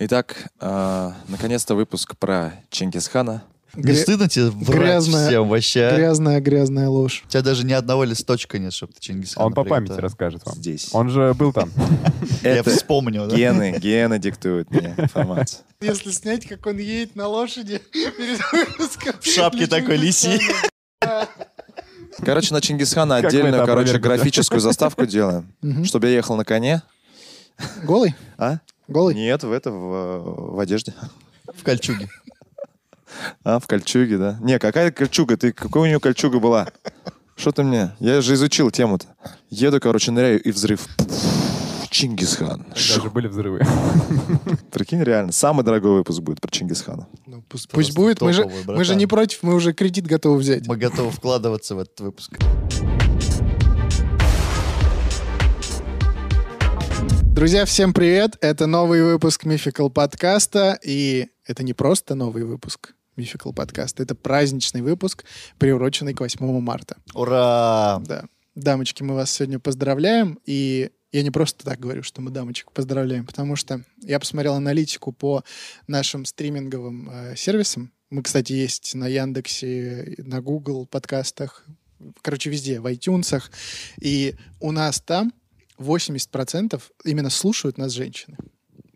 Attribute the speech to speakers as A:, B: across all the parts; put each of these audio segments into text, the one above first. A: Итак, э, наконец-то выпуск про Чингисхана.
B: Не
C: Гря-
B: стыдно тебе врать
C: грязная-
B: всем вообще? а?
C: Грязная, грязная ложь.
B: У тебя даже ни одного листочка нет, чтобы ты Чингисхан
D: А Он по памяти расскажет вам.
A: Здесь.
D: Он же был там.
B: Я
A: Это
B: вспомнил, да?
A: гены, гены диктуют мне информацию.
C: Если снять, как он едет на лошади перед выпуском.
B: В шапке такой лиси.
A: Короче, на Чингисхана
D: Как вы
A: отдельную,
D: это
A: короче,
D: опровергли?
A: графическую заставку делаем,
C: Мгм.
A: чтобы я ехал на коне.
C: Голый?
A: А?
C: Голый?
A: Нет, в это, в, в одежде.
B: В кольчуге.
A: А, в кольчуге, да. Не, какая кольчуга? Ты, какой у нее кольчуга была? Что ты мне? Я же изучил тему-то. Еду, короче, ныряю, и взрыв. Чингисхан.
D: Даже были взрывы.
A: Прикинь, реально, самый дорогой выпуск будет про Чингисхана.
C: Ну, пу- пусть,
B: Просто
C: будет. Мы же,
B: топовый,
C: мы же
B: братан.
C: не против, мы уже кредит готовы взять.
B: Мы готовы вкладываться в этот выпуск.
C: Друзья, всем привет. Это новый выпуск Мификал подкаста. И это не просто новый выпуск Мификал подкаста. Это праздничный выпуск, приуроченный к 8 марта.
B: Ура!
C: Да. Дамочки, мы вас сегодня поздравляем. И я не просто так говорю, что мы дамочек поздравляем, потому что я посмотрел аналитику по нашим стриминговым э, сервисам. Мы, кстати, есть на Яндексе, на Google подкастах, короче, везде, в iTunes. И у нас там 80% именно слушают нас женщины.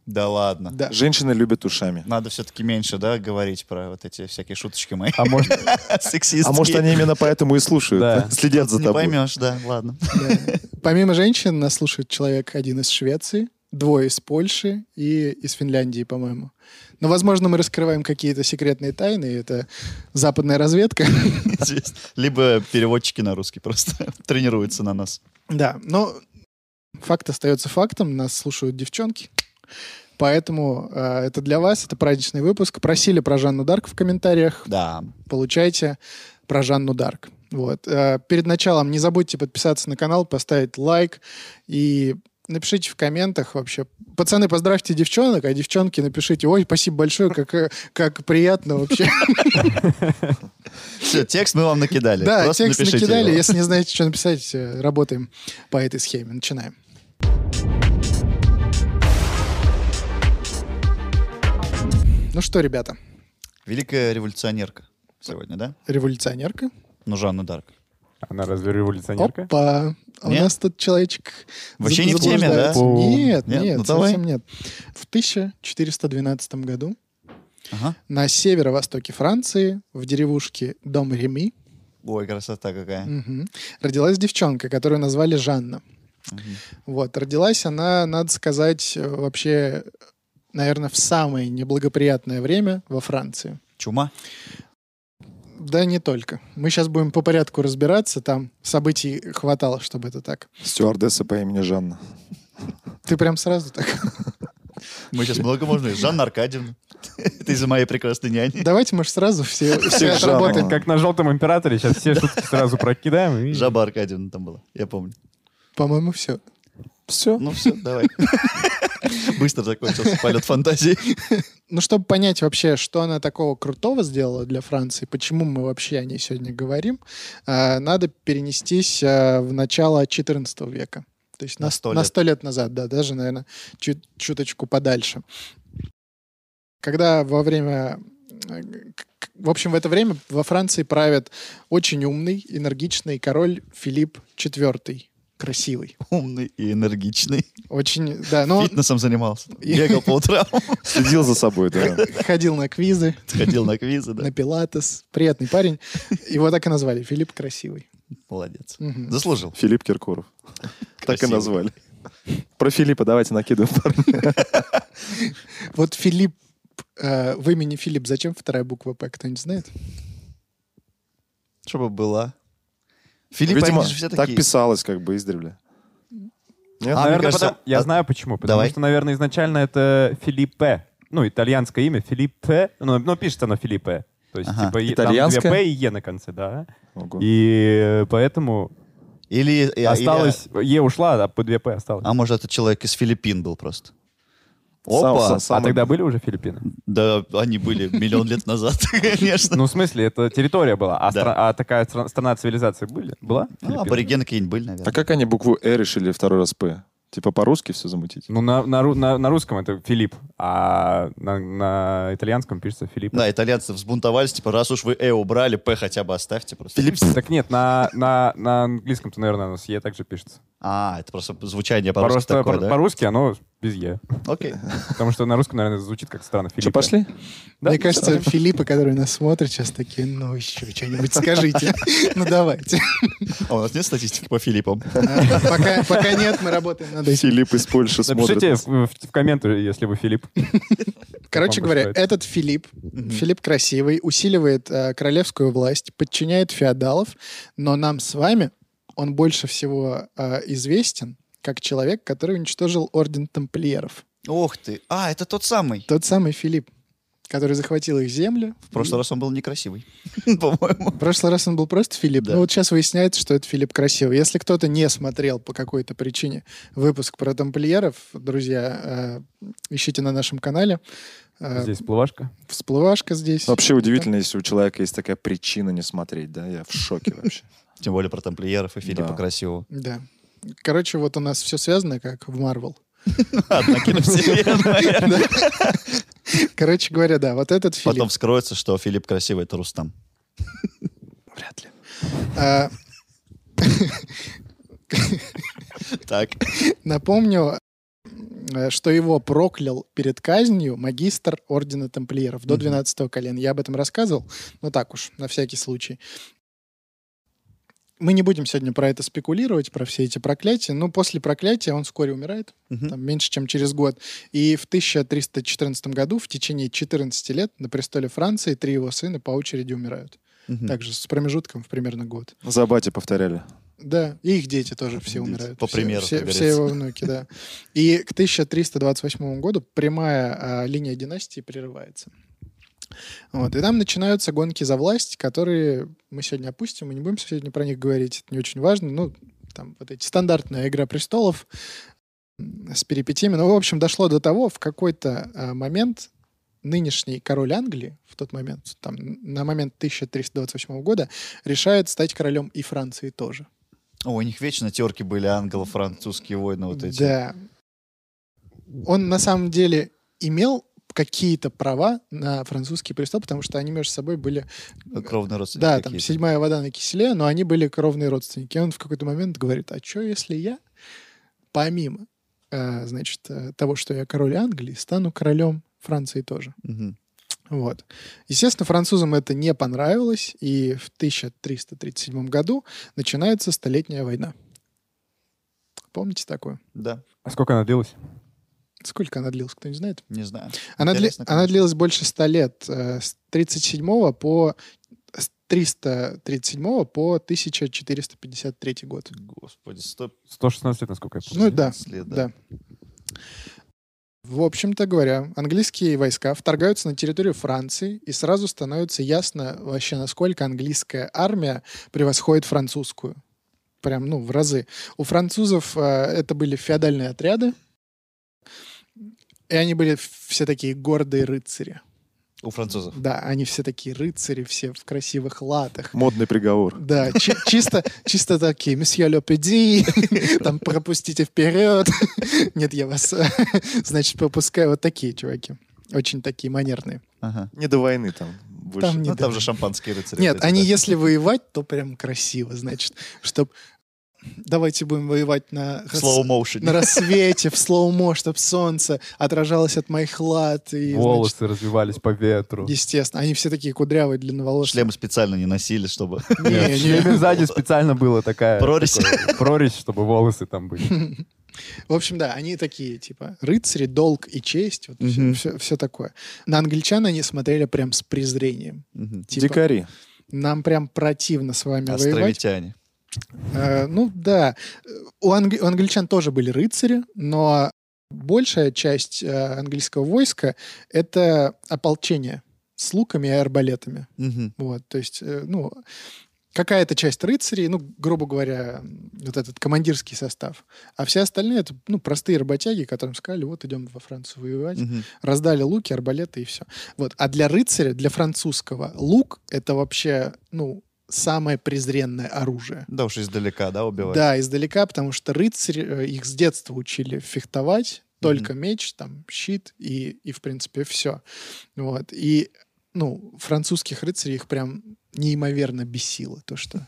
B: Да ладно.
C: Да.
A: Женщины любят ушами.
B: Надо все-таки меньше, да, говорить про вот эти всякие шуточки мои
D: А может,
B: сексистские.
A: А может, они именно поэтому и слушают,
D: Да.
A: следят за
B: Не
A: тобой.
B: поймешь, да, ладно.
C: Да. Помимо женщин нас слушает человек один из Швеции, двое из Польши и из Финляндии, по-моему. Но, возможно, мы раскрываем какие-то секретные тайны, и это западная разведка.
B: Здесь Либо переводчики на русский просто тренируются на нас.
C: Да, но факт остается фактом, нас слушают девчонки. Поэтому э, это для вас, это праздничный выпуск. Просили про Жанну Дарк в комментариях.
B: Да.
C: получайте про Жанну Дарк. Вот. Э, Перед началом не забудьте подписаться на канал, поставить лайк и напишите в комментах вообще. Пацаны, поздравьте девчонок, а девчонки напишите, ой, спасибо большое, как, э, как приятно вообще.
B: Все, текст мы вам накидали.
C: Да,
B: Просто
C: текст
B: напишите
C: накидали,
B: его.
C: если не знаете, что написать, э, работаем по этой схеме. Начинаем. Ну что, ребята,
B: Великая революционерка сегодня, да?
C: революционерка.
B: Ну, Жанна Дарк.
D: она разве революционерка?
C: Опа, а у
B: Нет?
C: нас тут человечек
B: Вообще не в теме, да?
C: заблуждается.
D: О.
C: Нет,
B: Нет?
C: нет,
B: Ну, давай.
C: совсем нет. В 1412 году
B: Ага.
C: на северо-востоке Франции, в деревушке Дом Реми,
B: Ой, красота какая.
C: мгм, родилась девчонка, которую назвали Жанна.
B: Мгм.
C: Вот, родилась она, надо сказать, э, вообще, наверное, в самое неблагоприятное время во Франции.
B: Чума.
C: Да не только. Мы сейчас будем по порядку разбираться, там событий хватало, чтобы это так.
A: Стюардесса по имени Жанна.
C: Ты прям сразу так.
B: Мы сейчас много можно. Жанна Аркадьевна. Это из-за моей прекрасной няни.
C: Давайте, может, сразу все, все
A: жанров.
C: отработаем.
D: Как на «Желтом императоре» сейчас все шутки сразу прокидаем. и-
B: Жаба Аркадьевна там была, я помню.
C: По-моему, все.
A: Все.
B: Ну все, давай. Быстро закончился полет фантазии.
C: Ну, чтобы понять вообще, что она такого крутого сделала для Франции, почему мы вообще о ней сегодня говорим, э, надо перенестись э, в начало XIV века. То есть
B: На
C: на,
B: 100
C: сто на
B: лет.
C: 100 лет назад, да, даже, наверное, чуть, чуточку подальше. Когда во время... э, к- к- В общем, в это время во Франции правит очень умный, энергичный король Филипп IV. Красивый.
B: Умный и энергичный.
C: Очень, да,
D: Ну,
C: но он
B: Фитнесом занимался. Бегал по утрам.
A: Следил за собой, да.
C: ходил на квизы.
B: Ходил на квизы, да.
C: на Пилатес. Приятный парень. Его так и назвали. Филипп Красивый.
B: Молодец.
C: Мгм.
B: Заслужил.
A: Филипп Киркоров. Так и
B: Красивый.
A: назвали. Про Филиппа давайте накидываем.
C: Вот Филипп, э, в имени Филипп зачем вторая буква П? Кто-нибудь знает?
B: Чтобы была. Филипп,
A: Видимо,
B: они же все
A: так
B: такие.
A: писалось как бы издревле. Нет?
B: А, мне
D: Наверное,
B: кажется,
D: потому- Я
B: а-
D: знаю почему. Потому
B: Давай.
D: что, наверное, изначально это Филиппе. Ну, итальянское имя Филиппе. Ну, ну, пишется оно Филиппе. То есть,
B: Ага.
D: типа, и-
A: Итальянское?
D: там две П и Е на конце, да.
A: Ого.
D: И э, поэтому
B: Или, или-
D: осталось... Е ушла, а по две П осталось.
B: А может, это человек из Филиппин был просто.
A: Сам-
B: Опа!
A: сам- сам-
D: а тогда были уже Филиппины?
B: Да, они были миллион лет назад, конечно.
D: Ну, в смысле, это территория была. А,
B: Да.
D: стра- а такая стра- страна цивилизации были? была?
B: Ну,
D: Филиппины?
B: аборигены какие-нибудь были,
A: А
B: наверное.
A: как они букву «Э» решили второй раз «П»? Типа по-русски все замутить.
D: Ну, на, на, ру- на- на русском это Филипп, а на, на итальянском пишется Филипп.
B: Да, итальянцы взбунтовались, типа, раз уж вы «э» убрали, «п» хотя бы оставьте просто.
A: Филипп.
D: Так нет, на, на, на английском-то, наверное, оно с Е также пишется.
B: А, это просто звучание по-русски
D: Просто
B: такое,
D: по-
B: да?
D: по-русски оно без Е.
B: Окей.
D: Потому что на русском, наверное, звучит как странно.
A: Че,
D: Филиппе.
A: пошли?
D: Да.
C: Мне кажется, Филиппы, которые нас смотрят, сейчас такие, ну еще что-нибудь скажите. Ну давайте.
B: А у нас нет статистики по Филиппам?
C: А, Пока пока нет, мы работаем над этим.
A: Филипп из Польши смотрит.
D: Напишите в, в- в комменты, если вы Филипп.
C: Короче
D: Вам
C: говоря,
D: подходит.
C: этот Филипп, Филипп красивый, усиливает э, королевскую власть, подчиняет феодалов, но нам с вами он больше всего э, известен как человек, который уничтожил орден тамплиеров.
B: Ох ты. А, это тот самый.
C: Тот самый Филипп, который захватил их землю.
B: В прошлый раз он был некрасивый, по-моему.
C: В прошлый раз он был просто Филипп.
B: Да.
C: но вот сейчас выясняется, что это Филипп красивый. Если кто-то не смотрел по какой-то причине выпуск про тамплиеров, друзья, э, ищите на нашем канале. Э,
D: Здесь плывашка.
C: Всплывашка здесь.
A: Вообще удивительно, если у человека есть такая причина не смотреть, да? Я в шоке вообще.
B: Тем более про тамплиеров и Филиппа
A: Да.
B: Красивого.
C: Да. Короче, вот у нас все связано, как в Марвел.
B: Одна киновселенная.
C: Короче говоря, да, вот этот Филипп.
B: Потом вскроется, что Филипп Красивый — это Рустам.
C: Вряд ли. А,
B: Так.
C: напомню, э, что его проклял перед казнью магистр Ордена Тамплиеров до
B: Мгм.
C: 12 колена. Я об этом рассказывал, но так уж, на всякий случай. Мы не будем сегодня про это спекулировать, про все эти проклятия, но после проклятия он вскоре умирает,
B: Мгм.
C: там, меньше, чем через год. И в 1314 году, в течение 14 лет, на престоле Франции три его сына по очереди умирают.
B: Мгм.
C: Также с промежутком в примерно год.
A: За батя повторяли.
C: Да, и их дети тоже
B: Дети.
C: все умирают.
B: По
C: Все-
B: примеру,
C: Все,
B: как
C: все
B: говорится.
C: его внуки, да. И к 1328 году прямая а, линия династии прерывается. Вот, и там начинаются гонки за власть, которые мы сегодня опустим, мы не будем сегодня про них говорить, это не очень важно. Ну, там вот эти стандартная «Игра престолов» м, с перипетиями. Ну, в общем, дошло до того, в какой-то а, момент нынешний король Англии в тот момент, там, на момент 1328 года, решает стать королем и Франции тоже.
B: О, у них вечно терки были англо-французские войны вот эти.
C: Да. Он на самом деле имел какие-то права на французский престол, потому что они между собой были...
B: Кровные родственники.
C: Да, там
B: какие-то.
C: седьмая вода на киселе, но они были кровные родственники. И он в какой-то момент говорит, а что если я, помимо, э, значит, э, того, что я король Англии, стану королем Франции тоже?
B: Мгм.
C: Вот. Естественно, французам это не понравилось, и в 1337 году начинается Столетняя война. Помните такую?
B: Да,
D: А сколько она длилась?
C: Сколько она длилась, кто не знает?
B: не знаю.
C: Она, дли-
B: Интересно,
C: она
B: конечно.
C: длилась больше 100 лет, э, с 37 по с 337 по 1453 год.
B: Господи, стоп.
D: 116 лет, насколько я помню.
C: Ну да,
B: 16 лет,
C: да. В общем-то говоря, английские войска вторгаются на территорию Франции, и сразу становится ясно вообще, насколько английская армия превосходит французскую. Прям, ну, в разы. У французов э, это были феодальные отряды, и они были все такие гордые рыцари.
B: У французов.
C: Да, они все такие рыцари, все в красивых латах.
A: Модный приговор.
C: Да, чи- чисто, чисто такие, месье Лепеди, там пропустите вперед. Нет, я вас, значит, пропускаю. Вот такие чуваки. Очень такие манерные.
B: Ага.
A: Не до войны там. больше.
C: Там не
B: Ну, там
C: до-
B: же шампанские рыцари.
C: Нет,
B: вот эти,
C: они
B: да.
C: если воевать, то прям красиво, значит, чтоб давайте будем воевать на
B: В
C: рас-
B: слоу-моушене.
C: на рассвете, в слоумо, чтобы солнце отражалось от моих лад. И,
D: Волосы
C: значит,
D: развивались по ветру.
C: естественно. Они все такие кудрявые, длинноволосые.
B: Шлемы специально не носили, чтобы...
C: Не,
D: Нет, в
C: не,
D: шлеме сзади специально была такая...
B: Прорезь.
D: такой прорезь, чтобы волосы там были.
C: В общем, да, они такие, типа, рыцари, долг и честь, вот
B: Мгм.
C: все, такое. На англичан они смотрели прям с презрением.
B: Мгм.
C: Типа,
A: Дикари.
C: нам прям противно с вами воевать.
B: Островитяне.
C: Э, ну, да. Э, У, англи- у англичан тоже были рыцари, но большая часть э, английского войска — это ополчение с луками и арбалетами.
B: Мгм.
C: Вот, то есть, э, ну, какая-то часть рыцарей, ну, грубо говоря, м, вот этот командирский состав, а все остальные это, ну, простые работяги, которым сказали, вот, идем во Францию воевать,
B: Мгм.
C: раздали луки, арбалеты и все. Вот, а для рыцаря, для французского, лук — это вообще, ну, самое презренное оружие.
B: Да уж издалека, да, убивать?
C: Да, издалека, потому что рыцари, э, их с детства учили фехтовать, только меч, там, щит и, и, в принципе, все. Вот. И, ну, французских рыцарей их прям неимоверно бесило то, что...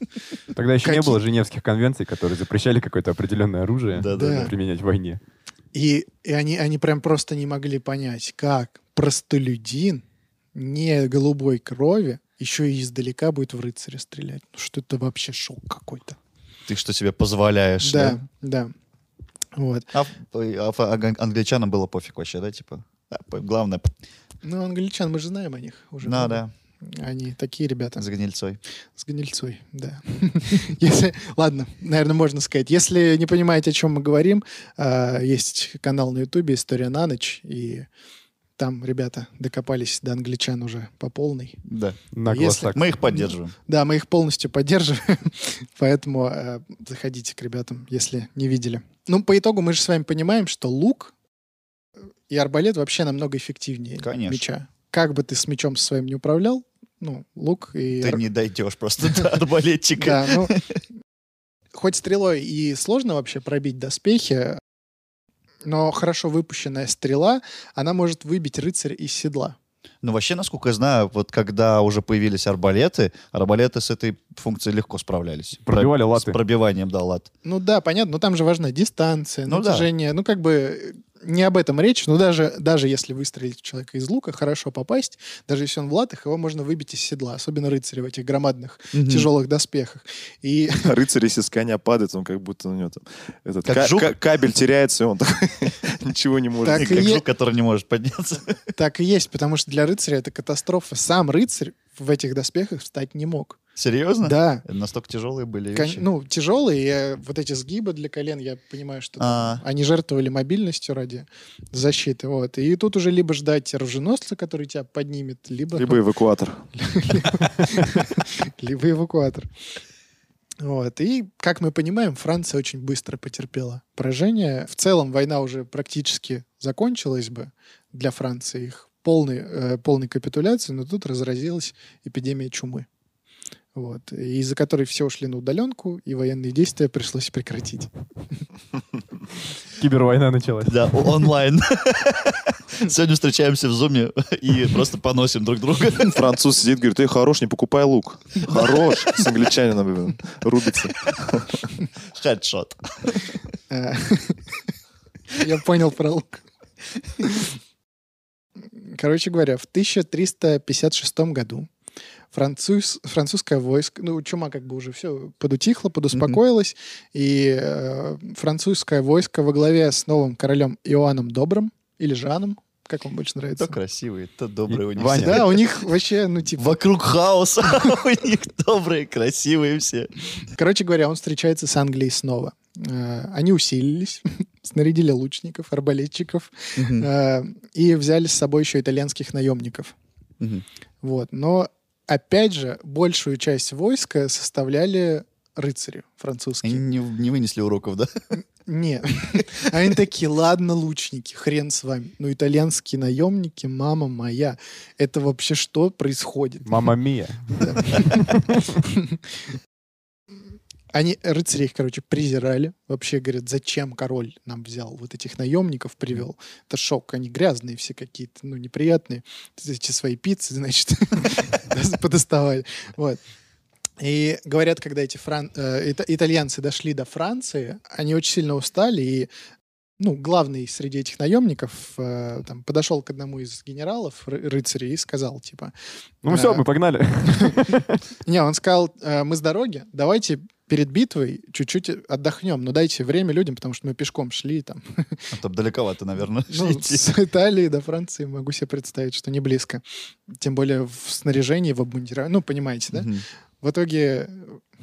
D: Тогда еще не
C: Какие?
D: было Женевских конвенций, которые запрещали какое-то определенное оружие
B: Да-да-да.
C: Да.
D: применять в войне.
C: И, и они, они прям просто не могли понять, как простолюдин не голубой крови еще и издалека будет в рыцаря стрелять. Ну, что это вообще шок какой-то.
B: Ты что себе позволяешь, да?
C: Да, да. Вот.
B: А, ф- а ф- ан- англичанам было пофиг вообще, да, типа? Да, п- Главное, п-
C: Ну, англичан, мы же знаем о них уже.
B: да, да,
C: Они такие ребята.
B: с гнильцой.
C: С гнильцой, да. Если- Ладно, наверное, можно сказать. Если не понимаете, о чем мы говорим, а, есть канал на Ютубе «История на ночь», и там ребята докопались до англичан уже по полной.
B: Да.
D: На
C: Если-
D: глазах.
B: Мы их поддерживаем.
C: Да, мы их полностью поддерживаем, поэтому э, заходите к ребятам, если не видели. Ну, по итогу мы же с вами понимаем, что лук э, и арбалет вообще намного эффективнее
B: Конечно.
C: меча. Как бы ты с мечом своим не управлял, ну, лук и...
B: Ты
C: ар-
B: не дойдешь просто до арбалетчика.
C: Да, ну, хоть стрелой и сложно вообще пробить доспехи, но хорошо выпущенная стрела, она может выбить рыцаря из седла.
B: Ну, вообще, насколько я знаю, вот когда уже появились арбалеты, арбалеты с этой функцией легко справлялись.
D: Пробивали
B: Про-
D: латы.
B: С пробиванием, да, лат.
C: Ну да, понятно, но там же важна дистанция,
B: Ну да.
C: натяжение. Ну как бы э, не об этом речь, но даже, даже если выстрелить в человека из лука, хорошо попасть, даже если он в латах, его можно выбить из седла, особенно рыцаря в этих громадных тяжелых доспехах. И
A: Рыцарь, если с коня падает, он как будто у него там этот
B: Как
A: ка-
B: жук?
A: ка- кабель теряется, и он такой ничего не может.
C: Так
B: И как
C: и е-
B: жук, который не может подняться.
C: так и есть, потому что для рыцаря это катастрофа. Сам рыцарь в этих доспехах встать не мог.
B: Серьезно?
C: Да.
B: Настолько тяжелые были
C: Кон-
B: вещи.
C: ну, тяжелые, я- вот эти сгибы для колен, я понимаю, что
B: А.
C: они жертвовали мобильностью ради защиты, вот. И тут уже либо ждать оруженосца, который тебя поднимет, либо,
A: Либо эвакуатор.
C: либо эвакуатор. Вот. И, как мы понимаем, Франция очень быстро потерпела поражение. В целом война уже практически закончилась бы для Франции, их полной, э, полной капитуляции, но тут разразилась эпидемия чумы. Вот. и Из-за которой все ушли на удаленку, и военные действия пришлось прекратить.
D: Кибервойна началась.
B: Да, о- онлайн. Сегодня встречаемся в зуме и просто поносим друг друга.
A: Француз сидит, говорит, ты хорош, не покупай лук. Хорош, с англичанином блин, рубится.
B: Хедшот.
C: Э, Я понял про лук. Короче говоря, в 1356 году француз, французское войско, ну, чума как бы уже все подутихла, подуспокоилась, и э, французское войско во главе с новым королем Иоанном Добрым, или Жаном, как вам больше нравится.
B: То красивый, то добрый у них.
D: Ваня.
B: всегда.
C: Да, у них вообще, ну, типа,
B: Вокруг хаоса у них добрые, красивые все.
C: Короче говоря, он встречается с Англией снова. Э, Они усилились, снарядили лучников, арбалетчиков э, и взяли с собой еще итальянских наемников.
B: Мгм.
C: Вот. Но, опять же, большую часть войска составляли рыцари
B: Они
C: французские.
B: не, не вынесли уроков, да?
C: Нет. Они такие, ладно, лучники, хрен с вами. Ну, итальянские наемники, мама моя. Это вообще что происходит?
D: Мама Мия.
C: Они рыцарей, их, короче, презирали. Вообще говорят, зачем король нам взял вот этих наемников, привел. Это шок, они грязные все какие-то, ну, неприятные. Эти свои пиццы, значит, подоставали. Вот. И говорят, когда эти фран- э, ита- итальянцы дошли до Франции, они очень сильно устали, и ну, главный среди этих наемников э, там, подошел к одному из генералов, ры- рыцарей, и сказал, типа,
D: Ну все, мы погнали.
C: не, он сказал, «Э, мы с дороги, давайте перед битвой чуть-чуть отдохнем, но дайте время людям, потому что мы пешком шли там.
B: А Там далековато, наверное,
C: Ну,
B: идти.
C: с Италии до Франции могу себе представить, что не близко. Тем более в снаряжении, в обмундировании. Ну, понимаете, да?
B: Мгм.
C: В итоге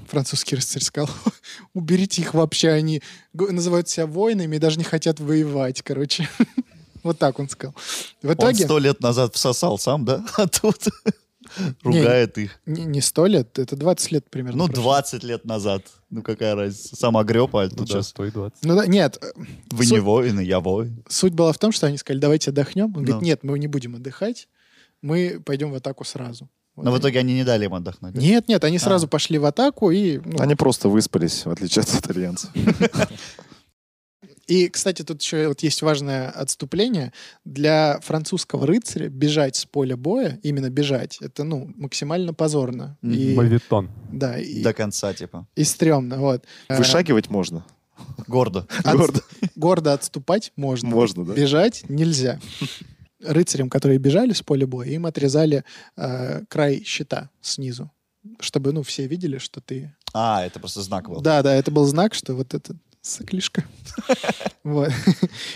C: французский рыцарь сказал, уберите их вообще, они г- называют себя воинами и даже не хотят воевать, короче. Вот так он сказал. В
B: Он
C: итоге...
B: сто лет назад всосал сам, да? А тут ругает их.
C: Не не сто лет, это 20 лет примерно.
B: Ну,
C: прошло.
B: 20 лет назад. Ну, какая разница? Сам огреб, а
D: Ну
B: тут
D: что, 120.
C: Ну да, нет, э,
B: Вы
C: Су-
B: не воины, я воин.
C: суть была в том, что они сказали, давайте отдохнем. Он
B: Да.
C: говорит, нет, мы не будем отдыхать, мы пойдем в атаку сразу. Вот
B: Но в
C: они-
B: итоге А. они не дали им отдохнуть.
C: Нет, нет, они сразу пошли в атаку и... ну,
A: Они просто выспались, в отличие от итальянцев.
C: И, кстати, тут еще вот есть важное отступление. Для французского рыцаря бежать с поля боя, именно бежать, это, ну, максимально позорно.
B: Мгм.
C: И,
D: Мальвитон.
C: да, и,
B: До конца, типа.
C: и стрёмно, вот.
B: А.
C: Э,
A: Вышагивать можно.
B: Гордо.
C: от-
A: Гордо.
C: гордо отступать можно.
A: Можно, да.
C: Бежать нельзя. Рыцарям, которые бежали с поля боя, им отрезали э, край щита снизу, чтобы, ну, все видели, что ты...
B: А, это просто знак был.
C: Да, да, это был знак, что вот это соклишка. Вот.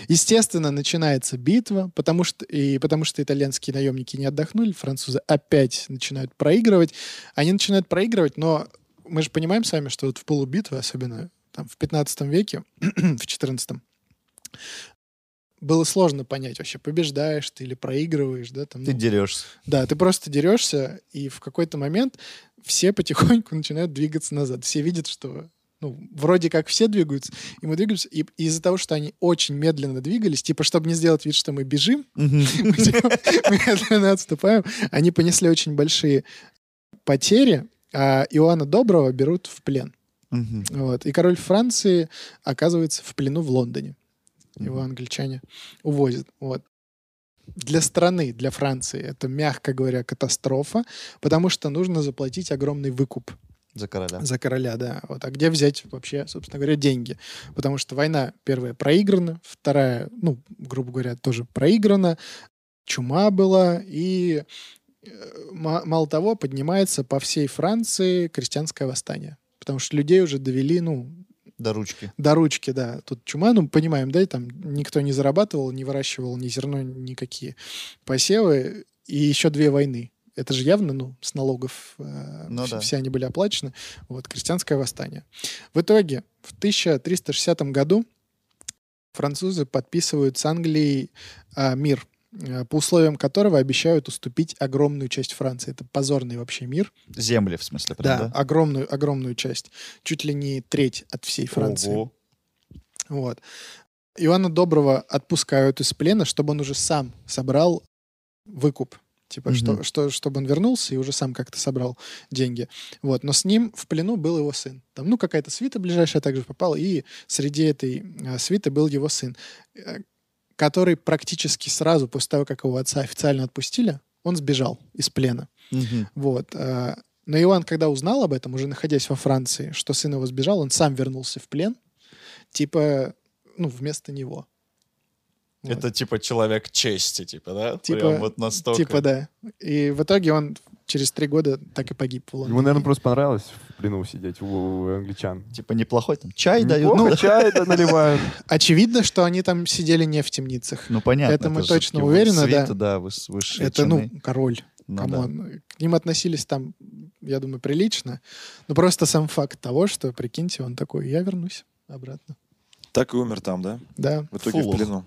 C: Естественно, начинается битва, потому что, и потому что итальянские наемники не отдохнули, французы опять начинают проигрывать. Они начинают проигрывать, но мы же понимаем сами, что вот в полубитвы, особенно там, в 15 веке, в 14 было сложно понять вообще, побеждаешь ты или проигрываешь, да, там,
B: Ты
C: ну,
B: дерешься.
C: да, ты просто дерешься, и в какой-то момент все потихоньку начинают двигаться назад. Все видят, что ну, вроде как все двигаются, и мы двигаемся, и, и из-за того, что они очень медленно двигались, типа, чтобы не сделать вид, что мы бежим, мы типа, медленно отступаем, они понесли очень большие потери, а Иоанна Доброго берут в плен.
B: Мгм.
C: Вот. И король Франции оказывается в плену в Лондоне. Его
B: Мгм.
C: англичане увозят. Вот. Для страны, для Франции это, мягко говоря, катастрофа, потому что нужно заплатить огромный выкуп
B: За короля.
C: за короля, да. Вот. А где взять вообще, собственно говоря, деньги? Потому что война, первая, проиграна, вторая, ну, грубо говоря, тоже проиграна, чума была, и э, ма- мало того, поднимается по всей Франции крестьянское восстание. Потому что людей уже довели, ну,
B: До ручки.
C: до ручки, да. Тут чума, ну, понимаем, да, и там никто не зарабатывал, не выращивал ни зерно, никакие посевы. И еще две войны. Это же явно, ну, с налогов э,
B: Ну
C: вс-
B: да.
C: все они были оплачены. Вот, крестьянское восстание. В итоге в 1360 году французы подписывают с Англией а, мир, э, по условиям которого обещают уступить огромную часть Франции. Это позорный вообще мир.
B: Земли, в смысле, прям,
C: Да,
B: да?
C: огромную, огромную часть. Чуть ли не треть от всей Франции.
B: Ого.
C: Вот. Иоанна Доброго отпускают из плена, чтобы он уже сам собрал выкуп. Типа,
B: Мгм.
C: что, что, чтобы он вернулся и уже сам как-то собрал деньги. Вот. Но с ним в плену был его сын. Там, ну, какая-то свита ближайшая также попала, и среди этой э, свиты был его сын, э, который практически сразу после того, как его отца официально отпустили, он сбежал из плена.
B: Мгм.
C: Вот. э, Но Иоанн, когда узнал об этом, уже находясь во Франции, что сын его сбежал, он сам вернулся в плен, типа, ну, вместо него. Вот.
E: Это типа человек чести, типа, да?
C: Типа-
E: Прям вот настолько.
C: Типа, да. И в итоге он через три года так и погиб в Лондоне.
D: Ему, наверное, просто понравилось в плену сидеть у, у англичан.
B: Типа неплохой там. Чай дают.
D: Неплохо,
B: Ну,
D: чай да, наливают.
C: Очевидно, что они там сидели не в темницах.
B: ну, понятно.
C: Это мы
B: же
C: точно
B: всё-таки
C: уверены,
B: свита,
C: да.
B: да, выс- высшие
C: Это, ну,
B: чины.
C: король,
B: Ну да.
C: камон. К ним относились там, я думаю, прилично. Но просто сам факт того, что, прикиньте, он такой, я вернусь обратно.
A: Так и умер там, да?
C: Да.
A: В итоге
B: Фулох.
A: в плену.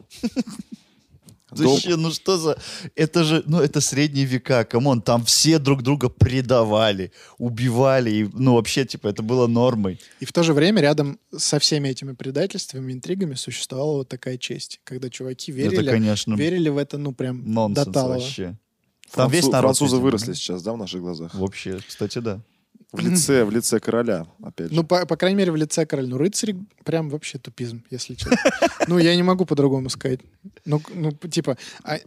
A: Дол-
B: Слушай, ну что за... Это же, ну это средние века, камон, там все друг друга предавали, убивали, и, ну вообще, типа, это было нормой.
C: И в то же время рядом со всеми этими предательствами, интригами существовала вот такая честь, когда чуваки
B: это,
C: верили,
B: конечно,
C: верили в это, ну, прям
B: нонсенс
C: до талого.
B: вообще. Там
A: Францу-
B: весь народ,
A: Французы
B: видимо,
A: выросли
B: да?
A: сейчас, да, в наших глазах?
B: Вообще, кстати, да.
A: В лице, в лице короля, опять же.
C: Ну, по, по крайней мере, в лице король. Ну, рыцарь прям вообще тупизм, если честно. Ну, я не могу по-другому сказать. Ну, к- ну, типа... а-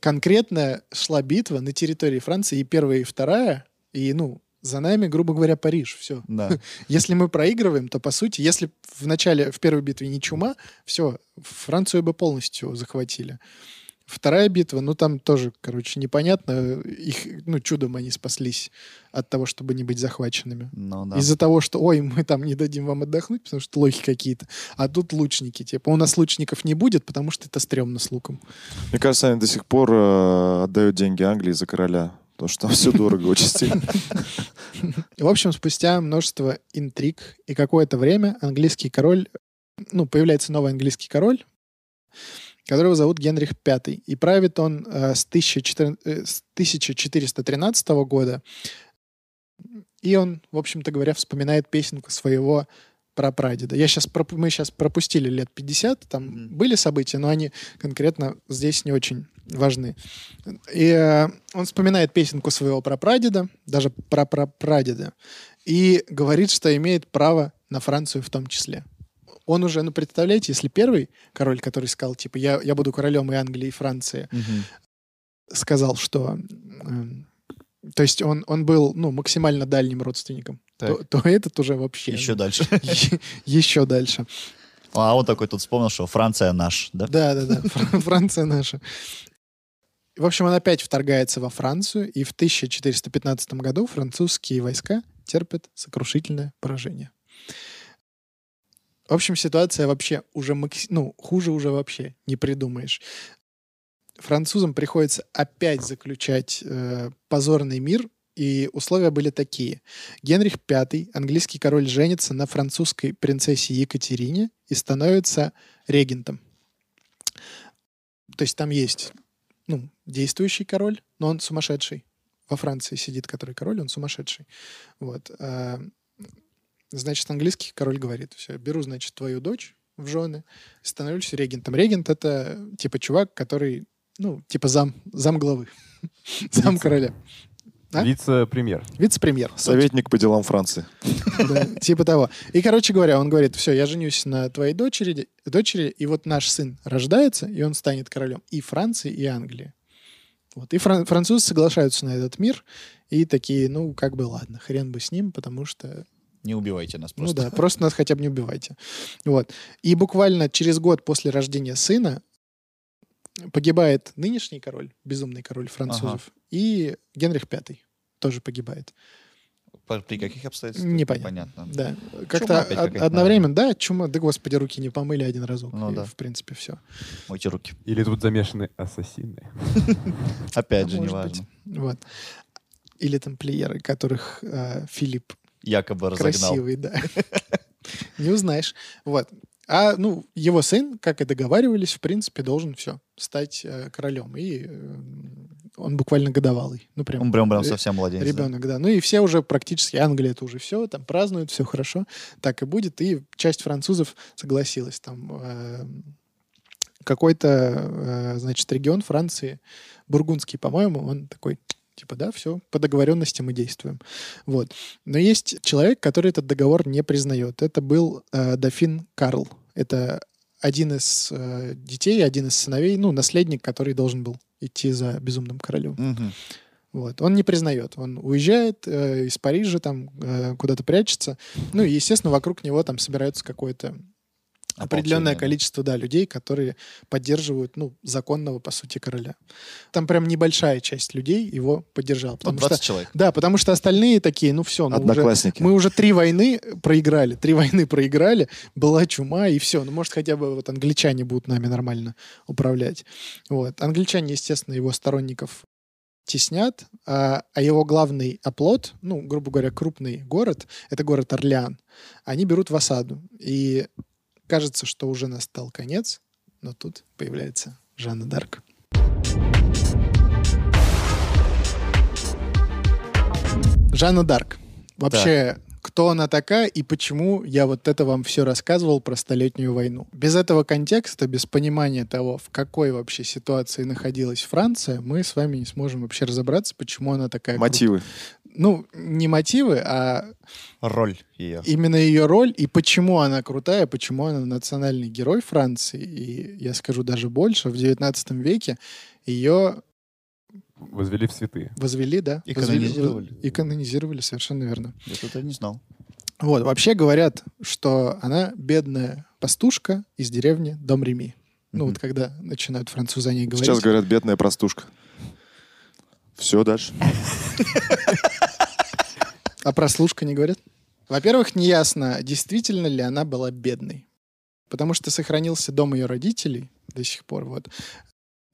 C: Конкретно шла битва на территории Франции, и первая, и вторая, и, ну, за нами, грубо говоря, Париж, все.
B: Да.
C: Если мы проигрываем, то, по сути, если в начале, в первой битве не чума, все, Францию бы полностью захватили. Вторая битва, ну, там тоже, короче, непонятно. Их, ну, чудом они спаслись от того, чтобы не быть захваченными.
B: Ну да.
C: Из-за того, что, ой, мы там не дадим вам отдохнуть, потому что лохи какие-то. А тут лучники, типа, у нас лучников не будет, потому что это стрёмно с луком.
A: Мне кажется, они до сих пор э, отдают деньги Англии за короля. Потому что там все дорого, очень сильно.
C: В общем, спустя множество интриг и какое-то время английский король, ну, появляется новый английский король, которого зовут Генрих V. И правит он э, с, 1400 э, с 1413 года. И он, в общем-то говоря, вспоминает песенку своего прапрадеда. Я сейчас проп- мы сейчас пропустили лет 50, там
B: Мгм.
C: были события, но они конкретно здесь не очень важны. И э, он вспоминает песенку своего прапрадеда, даже прапрапрадеда, и говорит, что имеет право на Францию в том числе. Он уже, ну, представляете, если первый король, который сказал, типа, я, я буду королем и Англии, и Франции,
B: Мгм.
C: сказал, что... эм, То есть он, он был ну, максимально дальним родственником. То,
B: Так.
C: то этот уже вообще...
B: Еще дальше.
C: Е- Еще дальше.
B: А он такой тут вспомнил, что Франция наш, да?
C: Да, да, да. Фран- Франция наша. В общем, он опять вторгается во Францию, и в 1415 году французские войска терпят сокрушительное поражение. В общем, ситуация вообще уже макс- ну, хуже уже вообще не придумаешь. Французам приходится опять заключать э, позорный мир, и условия были такие. Генрих V, английский король, женится на французской принцессе Екатерине и становится регентом. То есть там есть ну, действующий король, но он сумасшедший. Во Франции сидит который король, он сумасшедший. Вот. а, Значит, английский король говорит, все, беру, значит, твою дочь в жены, становлюсь регентом. Регент — это типа чувак, который, ну, типа зам, зам главы, зам короля. А?
D: Вице-премьер.
C: Вице-премьер.
A: Советник по делам Франции.
C: Да, типа того. И, короче говоря, он говорит, все, я женюсь на твоей дочери, дочери, и вот наш сын рождается, и он станет королем и Франции, и Англии. Вот. И фран- французы соглашаются на этот мир, и такие, ну, как бы ладно, хрен бы с ним, потому что
B: Не убивайте нас
C: ну
B: просто.
C: да, просто нас хотя бы не убивайте. Вот. И буквально через год после рождения сына погибает нынешний король, безумный король французов, и Генрих V тоже погибает.
B: По- При каких обстоятельствах?
C: Непонятно.
B: Понятно.
C: Да. Как-то
B: опять
C: од-
B: какая-то,
C: одновременно, да, чума, да господи, руки не помыли один разок.
B: Ну
C: и,
B: да.
C: В принципе, все.
B: Мойте руки.
D: Или тут замешаны ассасины.
B: Опять же,
C: А Может
B: неважно.
C: быть. Вот. Или тамплиеры, которых э, Филипп
B: Якобы разогнал.
C: красивый, да. Не узнаешь. Вот. А, ну, его сын, как и договаривались, в принципе, должен все, стать э, королем. И э, он буквально годовалый. Ну, прям.
B: Он прям, прям
C: Э,
B: совсем младенец. да?
C: Ребенок, да. Ну и все уже практически, Англия это уже все, там празднуют, все хорошо, так и будет. И часть французов согласилась. Там э, какой-то, э, значит, регион Франции, бургундский, по-моему, он такой, типа, да, все, по договоренности мы действуем. Вот. Но есть человек, который этот договор не признает. Это был э, дофин Карл. Это один из э, детей, один из сыновей, ну, наследник, который должен был идти за безумным королем.
B: Мгм.
C: Вот. Он не признает. Он уезжает э, из Парижа, там э, куда-то прячется. Ну и, естественно, вокруг него там собираются какое-то определенное
B: Ополчение, да.
C: количество да, людей, которые поддерживают ну, законного, по сути, короля. Там прям небольшая часть людей его поддержала.
B: Ну,
C: Потому
B: 20
C: что,
B: человек.
C: да, потому что остальные такие, ну все, ну, уже,
A: Одноклассники.
C: мы уже три войны проиграли, три войны проиграли, была чума и все. Ну, может, хотя бы вот англичане будут нами нормально управлять. Вот. Англичане, естественно, его сторонников теснят, а, а его главный оплот, ну, грубо говоря, крупный город, это город Орлеан, они берут в осаду. И кажется, что уже настал конец, но тут появляется Жанна Дарк. Жанна Дарк. Вообще, кто она такая и почему я вот это вам все рассказывал про Столетнюю войну? Без этого контекста, без понимания того, в какой вообще ситуации находилась Франция, мы с вами не сможем вообще разобраться, почему она такая... кру-
A: Мотивы.
C: Ну, не мотивы, а
B: Роль ее.
C: именно ее роль и почему она крутая, почему она национальный герой Франции. И я скажу даже больше, в 19 веке ее
D: Возвели в святые.
C: возвели, да?
B: И
C: возвели-
B: канонизировали.
C: И канонизировали, совершенно верно.
B: Я что-то не знал.
C: Вот, вообще говорят, что она бедная пастушка из деревни Дом Реми. Ну
B: Мгм.
C: вот когда начинают французы о ней говорить.
A: Сейчас говорят, бедная простушка. Все, дальше.
C: А прослушка не говорят? Во-первых, неясно, действительно ли она была бедной. Потому что сохранился дом ее родителей до сих пор. Вот.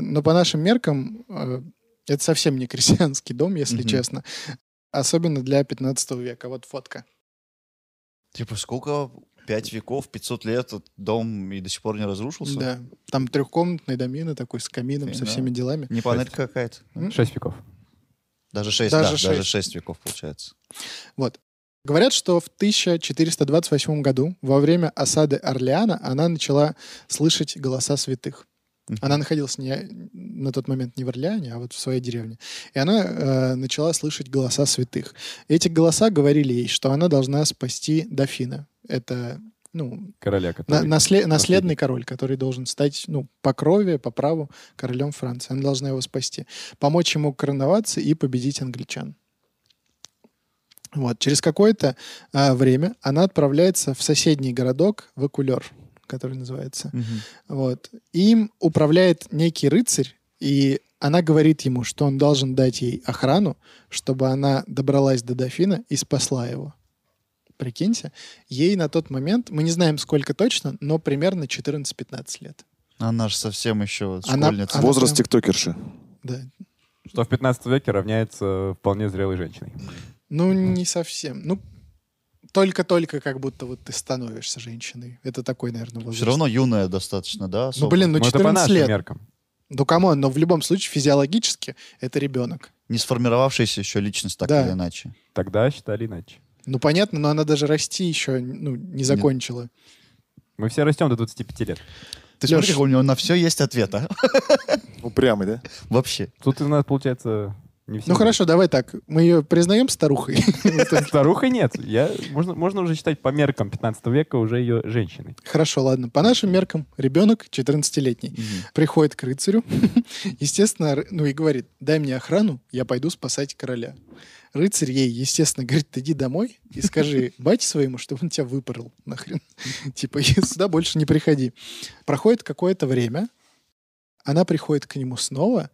C: Но по нашим меркам э, это совсем не крестьянский дом, если
B: Мгм.
C: честно. Особенно для 15 века. Вот фотка.
B: Типа, сколько? Пять веков, 500 лет, этот дом и до сих пор не разрушился?
C: Да. Там трехкомнатные домины такой с камином, со
B: Да.
C: всеми делами.
B: Не панелька какая-то?
C: М?
D: Шесть веков.
B: Даже шесть,
C: Даже
B: да, даже
C: шесть.
B: шесть веков получается.
C: Вот. Говорят, что в 1428 году, во время осады Орлеана, она начала слышать голоса святых. Она находилась не, на тот момент не в Орлеане, а вот в своей деревне. И она э, начала слышать голоса святых. Эти голоса говорили ей, что она должна спасти дофина. Это, ну,
D: Короля,
C: на-
D: который...
C: насле- наследный
D: наследник.
C: король, который должен стать, ну, по крови, по праву королем Франции. Она должна его спасти, помочь ему короноваться и победить англичан. Вот. Через какое-то а, время она отправляется в соседний городок Вакулер, который называется. Вот. Им управляет некий рыцарь, и она говорит ему, что он должен дать ей охрану, чтобы она добралась до дофина и спасла его. Прикиньте, ей на тот момент, мы не знаем сколько точно, но примерно 14-15 лет.
B: Она же совсем еще
C: Она-
B: школьница.
C: она-
A: Возраст
C: прям-
A: тиктокерши.
C: Да.
D: Что в 15 веке равняется вполне зрелой женщиной.
C: Ну, не совсем. Ну, только-только как будто вот ты становишься женщиной. Это такой, наверное, возраст.
B: Все равно юная достаточно, да?
C: Ну,
B: особо?
C: блин, ну
D: Но это по
C: 14
D: нашим
C: лет.
D: меркам.
C: Ну, камон, но в любом случае физиологически это ребенок.
B: Не сформировавшаяся еще личность, так
C: Да.
B: или иначе.
D: Тогда считали иначе.
C: Ну, понятно, но она даже расти еще ну, не закончила.
D: Мы все растем до 25 лет.
B: Ты
C: Лёш.
B: смотри, как у него на все есть ответ, а?
A: Упрямый, да?
B: Вообще.
D: Тут у нас, получается, не все.
C: Ну хорошо, давай так. Мы ее признаем старухой.
D: Старухой нет. Я, можно, можно уже считать по меркам 15 века уже ее женщиной.
C: Хорошо, ладно. По нашим меркам, ребенок 14-летний приходит к рыцарю, естественно, ры- ну и говорит, дай мне охрану, я пойду спасать короля. Рыцарь ей, естественно, говорит, иди домой и скажи бате своему, чтобы он тебя выпорол нахрен. Типа, и сюда больше не приходи. Проходит какое-то время, она приходит к нему снова,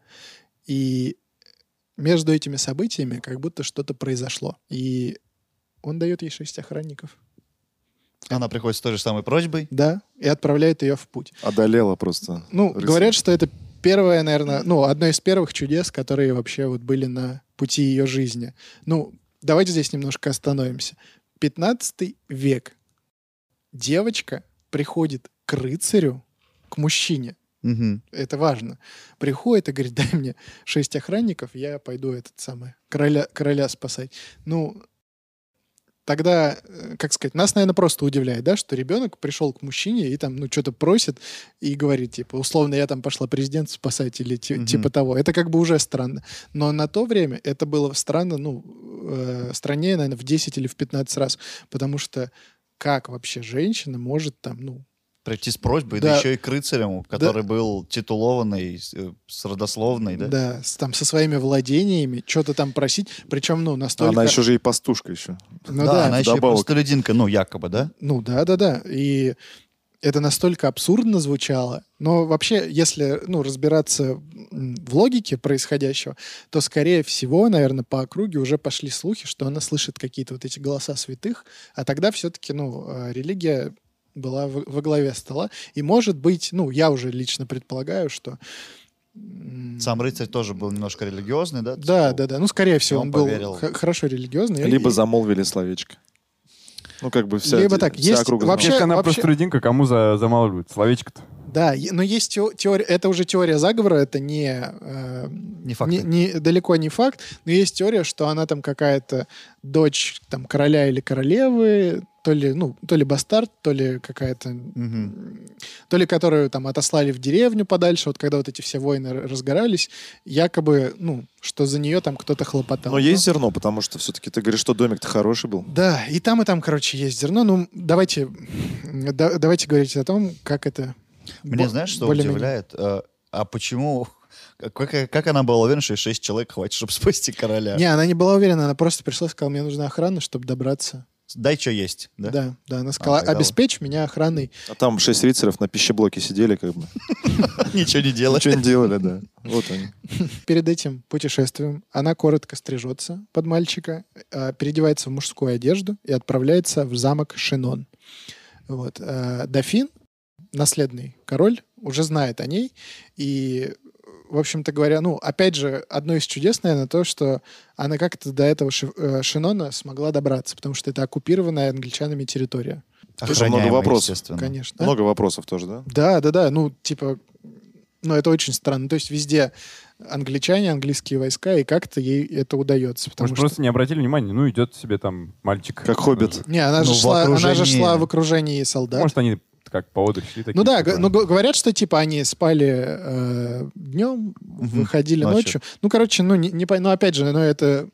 C: и между этими событиями как будто что-то произошло. И он дает ей шесть охранников.
B: Она приходит с той же самой просьбой.
C: Да, и отправляет ее в путь.
A: Одолела просто.
C: Ну,
A: Рыцарь.
C: говорят, что это первое, наверное, ну, одно из первых чудес, которые вообще вот были на пути ее жизни. Ну, давайте здесь немножко остановимся. 15 век. Девочка приходит к рыцарю, к мужчине.
B: Мгм.
C: Это важно. Приходит и говорит, дай мне шесть охранников, я пойду этот самый, короля, короля спасать. Ну, тогда, э, как сказать, нас, наверное, просто удивляет, да, что ребенок пришел к мужчине и там, ну, что-то просит и говорит, типа, условно, я там пошла президент спасать или ти-
B: Мгм.
C: типа того. Это как бы уже странно. Но на то время это было странно, ну, э, страннее, наверное, в 10 или в 15 раз, потому что как вообще женщина может там, ну,
B: Прийти с просьбой, да.
C: Да.
B: еще и к рыцарям, который был титулованный, э, с родословной, да?
C: Да, с- там со своими владениями, что-то там просить. Причем, ну, настолько...
A: Она еще же и пастушка еще.
C: Ну
B: да,
C: да,
B: она еще и
A: вдобавок.
B: простолюдинка, ну, якобы, да?
C: ну да, да, да. И это настолько абсурдно звучало. Но вообще, если, ну, разбираться м, в логике происходящего, то, скорее всего, наверное, по округе уже пошли слухи, что она слышит какие-то вот эти голоса святых, а тогда все-таки, ну, э, религия была в- во главе стола. И, может быть, ну, я уже лично предполагаю, что... м,
B: Сам рыцарь тоже был немножко религиозный, да?
C: Да,
B: Типа,
C: да, да. Ну, скорее всего,
B: он
C: он, был
B: поверил.
C: х- хорошо религиозный.
A: Либо
C: И-
A: замолвили словечко. Ну, как бы вся,
C: Либо
A: де-
C: так,
A: вся
C: есть
A: округа
C: вообще-
D: Если она простолюдинка, кому за, замалывают? Словечко-то.
C: Да, е- но есть тео- теория, это уже теория заговора, это не... э,
B: Не факты.
C: не- далеко не факт, но есть теория, что она там какая-то дочь там короля или королевы, то ли, ну, то ли бастард, то ли какая-то...
B: Мгм.
C: То ли которую там отослали в деревню подальше, вот когда вот эти все войны р- разгорались, якобы, ну, что за нее там кто-то хлопотал.
A: Но есть зерно, потому что все-таки ты говоришь, что домик-то хороший был.
C: Да, и там, и там, короче, есть зерно. Ну, давайте, м, да- давайте говорить о том, как это...
B: Мне
C: бо-
B: знаешь, что
C: более-менее.
B: удивляет? Э, А почему... Как, как она была уверена, что ей шесть человек хватит, чтобы спасти короля?
C: Не, она не была уверена, она просто пришла и сказала, мне нужна охрана, чтобы добраться.
B: Дай, что есть. Да? А,
C: Да, да, она сказала,
B: тогда
C: обеспечь меня охраной.
A: А там шесть рыцарев на пищеблоке сидели, как бы.
B: Ничего не делать.
A: Ничего не делали, да. Вот они.
C: Перед этим путешествием она коротко стрижется под мальчика, э, переодевается в мужскую одежду и отправляется в замок Шинон. Вот. э, Дофин, наследный король, уже знает о ней. И, в общем-то говоря, ну, опять же, одно из чудес, наверное, то, что она как-то до этого Ши- э, Шинона смогла добраться, потому что это оккупированная англичанами территория.
A: Тоже много
B: Охраняемый,
A: вопросов.
B: естественно.
C: Конечно.
A: Много вопросов тоже, да?
C: Да, да, да. Ну, типа, Но это очень странно. То есть везде англичане, английские войска, и как-то ей это удается. Потому
D: Может,
C: что...
D: просто не обратили внимания, ну, идет себе там мальчик.
A: Как хоббит.
C: Не, она, же
B: Ну, в
C: шла, она же
B: окружении.
C: шла в окружении солдат.
D: Может, они как по отдых шли такие.
C: Ну да,
D: типа,
C: г- ну г- говорят, что типа они спали днем, выходили
B: Ночью.
C: ночью. Ну, короче, ну, не, не по- ну опять же, ну это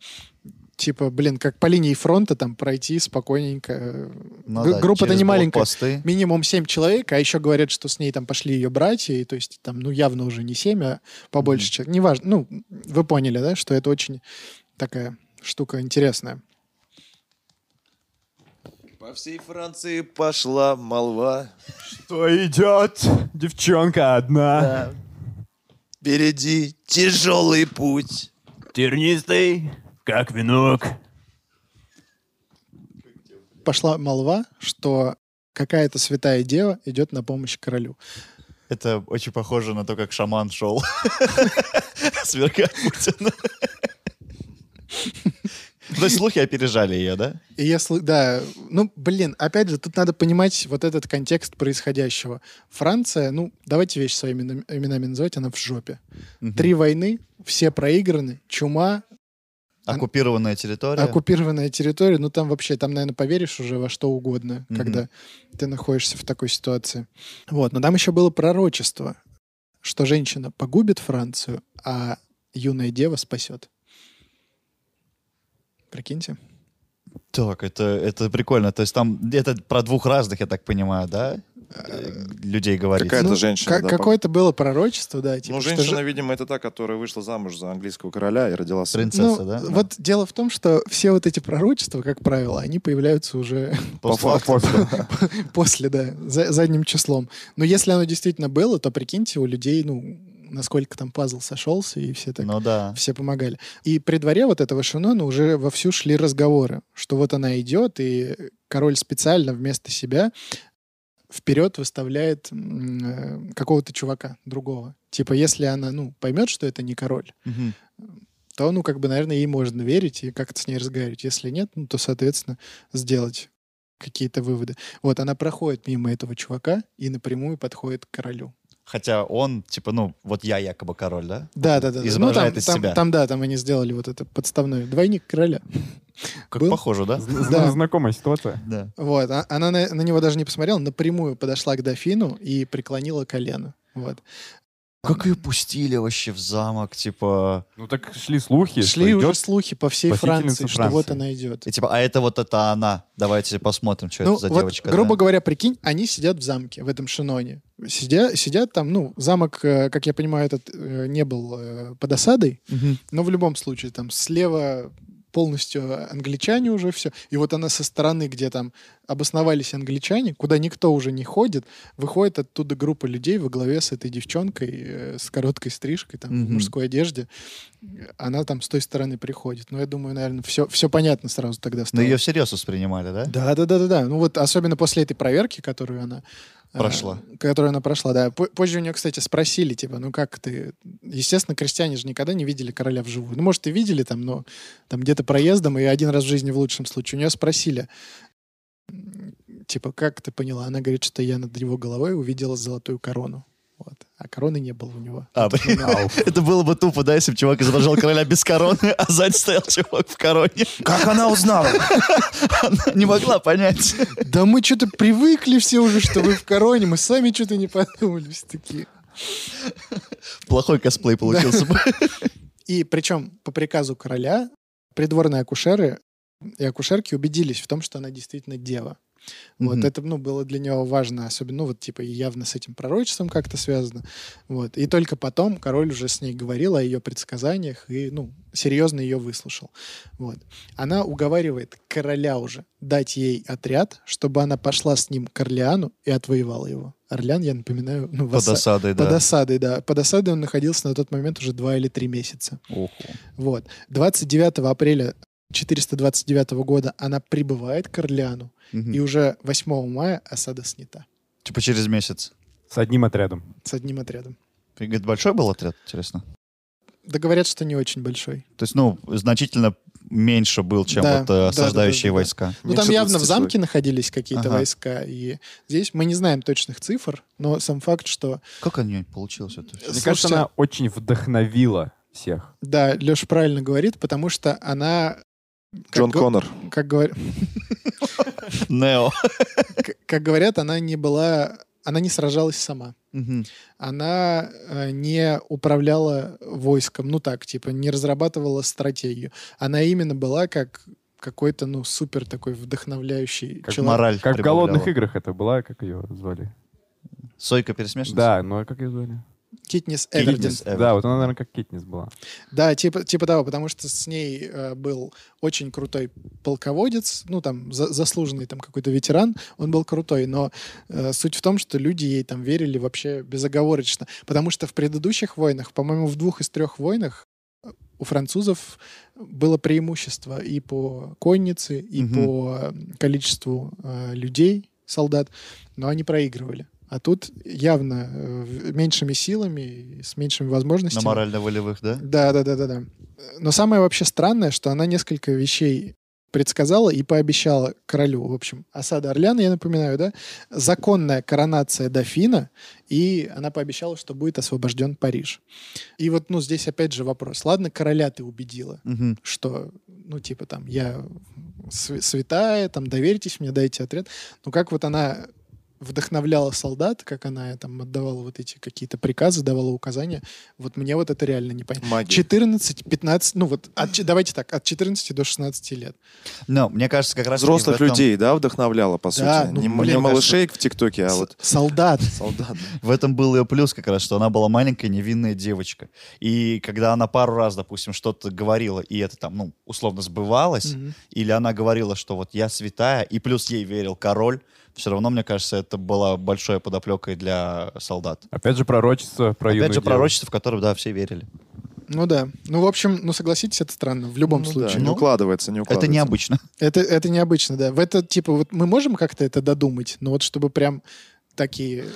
C: типа, блин, как по линии фронта там пройти спокойненько. э,
B: Ну
C: г-
B: да,
C: Группа-то
B: через
C: не маленькая.
B: блокпосты.
C: Минимум семь человек, а еще говорят, что с ней там пошли ее братья, и то есть там, ну, явно уже не семь, а побольше человек. Неважно, ну, вы поняли, да, что это очень такая штука интересная.
A: По всей Франции пошла молва.
D: Что идет? Девчонка одна.
A: Впереди тяжелый путь.
D: Тернистый, как венок.
C: Пошла молва, что какая-то святая дева идет на помощь королю.
B: Это очень похоже на то, как шаман шел. Сверка Путина. То есть слухи опережали ее, да?
C: И Если, да, ну, блин, опять же, тут надо понимать вот этот контекст происходящего. Франция, ну, давайте вещи своими нам- именами называть, она в жопе. Три войны, все проиграны, чума,
B: Оккупированная территория.
C: оккупированная территория, ну, там вообще, там, наверное, поверишь уже во что угодно,
B: Мгм.
C: когда ты находишься в такой ситуации. Вот, но там еще было пророчество, что женщина погубит Францию, а юная дева спасет. Прикиньте.
B: Так, это, это прикольно. То есть там это про двух разных, я так понимаю, да? э, Людей говорить.
A: Какая-то
C: Ну,
A: женщина.
C: Ка-
A: да,
C: Какое-то было пророчество, да. типа,
A: Ну,
C: что
A: женщина,
C: же-
A: видимо, это та, которая вышла замуж за английского короля и родила сына.
B: Принцесса,
C: Ну,
B: да?
C: Вот дело в том, что все вот эти пророчества, как правило, они появляются уже
A: По факту.
C: после, да, за- задним числом. Но если оно действительно было, то прикиньте, у людей, ну, насколько там пазл сошелся, и все так
B: Ну да.
C: все помогали. И при дворе вот этого Шинона уже вовсю шли разговоры, что вот она идет, и король специально вместо себя вперед выставляет м, э, какого-то чувака другого. Типа, если она, ну, поймет, что это не король,
B: Мгм.
C: то, ну, как бы, наверное, ей можно верить и как-то с ней разговаривать. Если нет, ну, то, соответственно, сделать какие-то выводы. Вот, она проходит мимо этого чувака и напрямую подходит к королю.
B: Хотя он, типа, ну, вот я якобы король, да?
C: Да, да, да. да. ну,
B: Изображает
C: там,
B: из
C: там-
B: себя.
C: там, да, там они сделали вот это подставной двойник короля.
B: Как
C: Был?
B: похоже, да?
C: Да.
D: Знакомая ситуация.
B: Да.
C: Вот, а- она на, на него даже не посмотрела, напрямую подошла к дофину и преклонила колено. Вот.
B: Как ее пустили вообще в замок, типа...
D: Ну так шли слухи,
C: Шли
D: что
C: уже
D: идет.
C: слухи по всей
D: спасительница
C: Франции, что
D: Франции.
C: вот она идет.
B: И типа, а это вот это она. Давайте посмотрим, что
C: Ну,
B: это за
C: вот,
B: девочка.
C: грубо
B: да?
C: говоря, прикинь, они сидят в замке, в этом шиноне. Сидя, сидят там, ну, замок, э, как я понимаю, этот э, не был э, под осадой,
B: Мгм.
C: но в любом случае там слева полностью англичане уже все. И вот она со стороны, где там обосновались англичане, куда никто уже не ходит, выходит оттуда группа людей во главе с этой девчонкой э, с короткой стрижкой, там, в
B: Мгм.
C: мужской одежде. Она там с той стороны приходит. Ну, я думаю, наверное, все, все понятно сразу тогда
B: Но
C: стало.
B: ее всерьез воспринимали, да?
C: Да, да, да, да, да. Ну вот особенно после этой проверки, которую она э,
B: Прошла.
C: которую она прошла, да. П- Позже у нее, кстати, спросили, типа, ну как ты... Естественно, крестьяне же никогда не видели короля вживую. Ну, может, и видели там, но там где-то проездом, и один раз в жизни в лучшем случае. У нее спросили, м, типа, как ты поняла? Она говорит, что я над его головой увидела золотую корону. Вот. А короны не было у него.
B: А, блин, это было бы тупо, да, если бы чувак изображал короля без короны, а сзади стоял чувак в короне.
A: Как она узнала?
B: Она не могла понять.
C: Да мы что-то привыкли все уже, что вы в короне, мы сами что-то не подумали. Все такие...
B: Плохой косплей получился бы.
C: И причем по приказу короля придворные акушеры и акушерки убедились в том, что она действительно дева. Вот
B: Мгм.
C: это, ну, было для него важно, особенно, ну, вот, типа, явно с этим пророчеством как-то связано. Вот. И только потом король уже с ней говорил о ее предсказаниях и, ну, серьезно ее выслушал. Вот. Она уговаривает короля уже дать ей отряд, чтобы она пошла с ним к Орлеану и отвоевала его. Орлеан, я напоминаю, ну, в
B: Под
C: оса-
B: осадой,
C: под
B: да.
C: осадой, да. Под осадой он находился на тот момент уже два или три месяца.
B: Оху.
C: Вот. 29 апреля 429 года она прибывает к Орлеану,
B: Мгм.
C: и уже 8 мая осада снята.
B: Типа через месяц.
D: С одним отрядом.
C: С одним отрядом.
B: И, Говорит, большой был отряд, интересно?
C: Да говорят, что не очень большой.
B: То есть, ну, значительно меньше был, чем
C: Да,
B: вот
C: да,
B: э,
C: да, да,
B: осаждающие
C: да.
B: войска.
C: Ну,
A: Меньше
C: там явно
A: 20
C: в замке находились какие-то
B: Ага.
C: войска, и здесь мы не знаем точных цифр, но сам факт, что...
B: Как у нее получилось это всё?
D: Мне кажется,
C: Слушайте,
D: она очень вдохновила всех.
C: Да, Леша правильно говорит, потому что она... как
A: Джон
C: го-
A: Коннор.
C: Как, говор-
B: Нео.
C: к- как говорят, она не была... Она не сражалась сама.
B: Мгм.
C: она э, не управляла войском, ну так, типа, не разрабатывала стратегию. Она именно была как какой-то, ну, супер такой вдохновляющий
D: Как
C: человек.
B: Мораль
D: Как в
B: прибавляла.
D: «Голодных играх» это была, как ее звали?
B: Сойка пересмешница?
D: Да, ну а как ее звали?
C: Китнис Эвердин.
B: Китнис Эвердин.
D: Да, вот она, наверное, как Китнис была.
C: Да, типа, типа того, потому что с ней э, был очень крутой полководец, ну, там, за- заслуженный там какой-то ветеран, он был крутой, но э, суть в том, что люди ей там верили вообще безоговорочно, потому что в предыдущих войнах, по-моему, в двух из трех войнах э, у французов было преимущество и по коннице, и
B: Мгм.
C: по э, количеству э, людей, солдат, но они проигрывали. А тут явно э, в- меньшими силами, с меньшими
B: На
C: возможностями.
B: морально-волевых, да?
C: Да, да, да, да, да. Но самое вообще странное, что она несколько вещей предсказала и пообещала королю. В общем, осада Орлеана, я напоминаю, да? Законная коронация дофина, и она пообещала, что будет освобожден Париж. И вот, ну, здесь опять же вопрос. Ладно, короля ты убедила,
B: Мгм.
C: что, ну, типа там, я св- святая, там, доверьтесь мне, дайте ответ. Ну, как вот она вдохновляла солдат, как она там отдавала вот эти какие-то приказы, давала указания, вот мне вот это реально непонятно.
A: Магия.
C: 14, 15, ну вот, от че- давайте так, от 14 до 16 лет.
B: Но мне кажется, как раз...
A: Взрослых
B: в этом-
A: людей, да, вдохновляла, по
C: Да,
A: сути.
C: ну,
A: не, м-
C: блин,
A: не
C: мне
A: малышей в ТикТоке, а
C: С-
A: вот
C: Солдат.
A: солдат.
B: В этом был ее плюс как раз, что она была маленькая невинная девочка. И когда она пару раз, допустим, что-то говорила, и это там, ну, условно сбывалось,
C: Мгм.
B: или она говорила, что вот я святая, и плюс ей верил король, все равно, мне кажется, это была большой подоплекой для солдат.
D: Опять же, пророчество про юную
B: Опять же,
D: деву.
B: пророчество, в которое, да, все верили.
C: Ну да. Ну, в общем, ну согласитесь, это странно. В любом
A: Ну да,
C: случае.
A: не
B: Ну,
A: укладывается, не укладывается.
B: Это необычно.
C: Это, это необычно, да. В это, типа, вот мы можем как-то это додумать, но вот чтобы прям такие,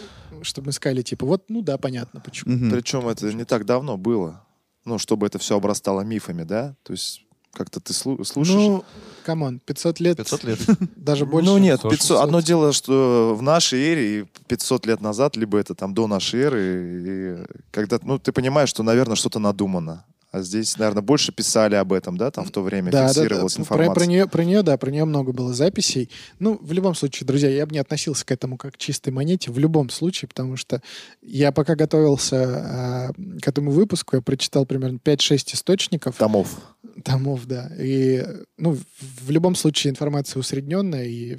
C: чтобы мы сказали, типа, вот, ну да, понятно, почему.
B: Мгм.
A: Причем это не так давно было. Ну, чтобы это все обрастало мифами, да? То есть как-то ты слу- слушаешь...
C: Ну, камон, 500 лет,
B: 500 лет.
C: даже больше.
A: Ну нет,
D: 500.
A: 500. одно дело, что в нашей эре и 500 лет назад, либо это там до нашей эры, и когда, ну, ты понимаешь, что, наверное, что-то надумано. А здесь, наверное, больше писали об этом, да, там в то время
C: Да, да, да.
A: фиксировалась
C: Про-
A: информация.
C: Про, нее, про нее, да, про нее много было записей. Ну, в любом случае, друзья, я бы не относился к этому как к чистой монете, в любом случае, потому что я пока готовился а, к этому выпуску, я прочитал примерно 5-6 источников
A: Томов.
C: томов, да. И, ну, в- в любом случае информация усредненная, и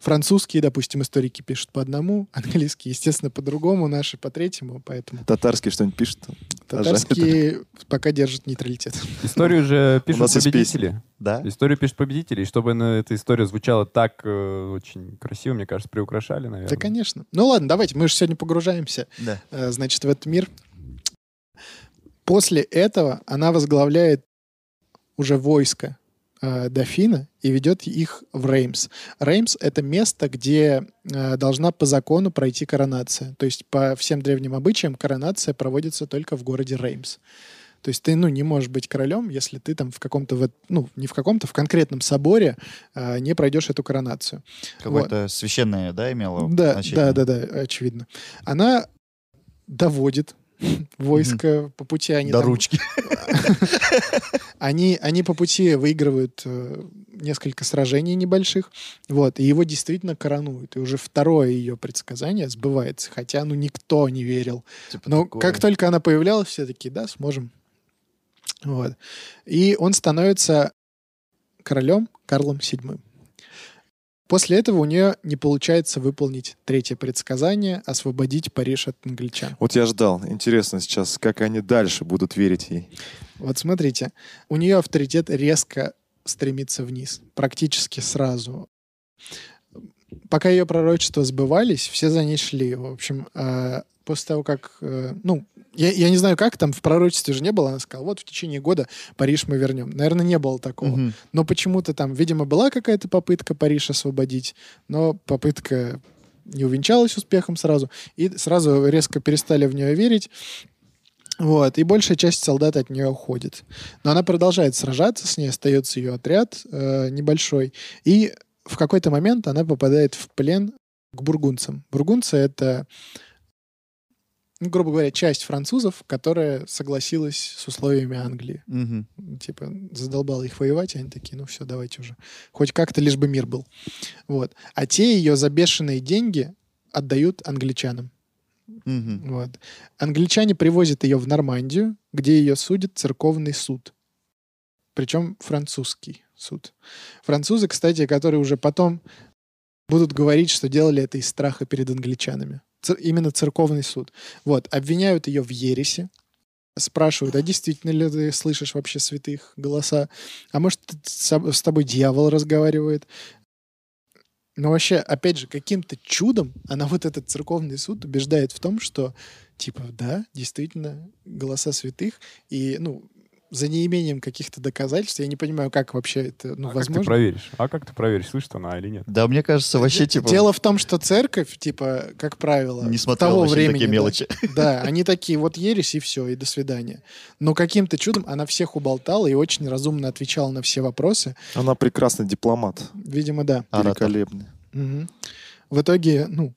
C: французские, допустим, историки пишут по одному, английские, естественно, по-другому, наши по третьему, поэтому
A: Татарский что-нибудь пишет? жаль,
C: татарские пока держат нейтралитет.
D: Историю же
A: У
D: пишут
A: нас есть
D: победители.
B: Да?
D: Историю пишут победители. И чтобы она- эта история звучала так э, очень красиво, мне кажется, приукрашали, наверное.
C: Да, конечно. Ну ладно, давайте, мы же сегодня погружаемся,
B: Да.
C: э, значит, в этот мир. После этого она возглавляет уже войско э, дофина и ведет их в Реймс. Реймс — это место, где э, должна по закону пройти коронация. То есть по всем древним обычаям коронация проводится только в городе Реймс. То есть ты, ну, не можешь быть королем, если ты там в каком-то, вот- ну, не в каком-то, в конкретном соборе э, не пройдешь эту коронацию.
B: Какое-то священное, да, имело
C: Да,
B: значение?
C: да, да, да, очевидно. Она доводит войско по пути. Они
B: До
C: там-
B: ручки.
C: Они, они по пути выигрывают э, несколько сражений небольших, вот, и его действительно коронуют. И уже второе ее предсказание сбывается, хотя, ну, никто не верил.
B: Типа
C: Но
B: такое.
C: как только она появлялась, все такие, да, сможем. Вот. И он становится королем Карлом VII. После этого у нее не получается выполнить третье предсказание — освободить Париж от англичан.
A: Вот я ждал. Интересно сейчас, как они дальше будут верить ей.
C: Вот смотрите, у нее авторитет резко стремится вниз, практически сразу. Пока ее пророчества сбывались, все за ней шли. В общем, э, после того, как... э, Ну, я, я не знаю, как там, в пророчестве же не было, она сказала, вот в течение года Париж мы вернем. Наверное, не было такого.
B: Мгм.
C: Но почему-то там, видимо, была какая-то попытка Париж освободить, но попытка не увенчалась успехом сразу, и сразу резко перестали в нее верить. Вот, и большая часть солдат от нее уходит. Но она продолжает сражаться, с ней остается ее отряд э, небольшой. И в какой-то момент она попадает в плен к бургунцам. Бургунцы — это, ну, грубо говоря, часть французов, которая согласилась с условиями Англии.
B: Мгм.
C: Типа, задолбала их воевать, и они такие, ну все, давайте уже. Хоть как-то, лишь бы мир был. Вот. А те ее за бешеные деньги отдают англичанам.
B: Мгм.
C: Вот. Англичане привозят ее в Нормандию, где ее судит церковный суд. Причем французский суд. Французы, кстати, которые уже потом будут говорить, что делали это из страха перед англичанами. Цер- именно церковный суд. Вот. Обвиняют ее в ересе. Спрашивают, а действительно ли ты слышишь вообще святых голоса? А может, т- со- с тобой дьявол разговаривает? Но вообще, опять же, каким-то чудом она вот этот церковный суд убеждает в том, что типа, да, действительно, голоса святых, и, ну, за неимением каких-то доказательств, я не понимаю, как вообще это, ну,
D: а как ты
C: возможно.
D: проверишь? А как ты проверишь, слышит она или нет?
B: Да, мне
C: Э,
B: кажется, вообще, типа,
C: Дело в том, что церковь, типа, как правило,
B: не смотрел
C: того
B: вообще на
C: времени,
B: такие
C: да,
B: мелочи.
C: Да, они такие, вот ересь и все, и до свидания. Но каким-то чудом она всех уболтала и очень разумно отвечала на все вопросы.
A: Она прекрасный дипломат.
C: Видимо, да.
B: Оратор.
A: Великолепный.
C: Мгм. В итоге, ну,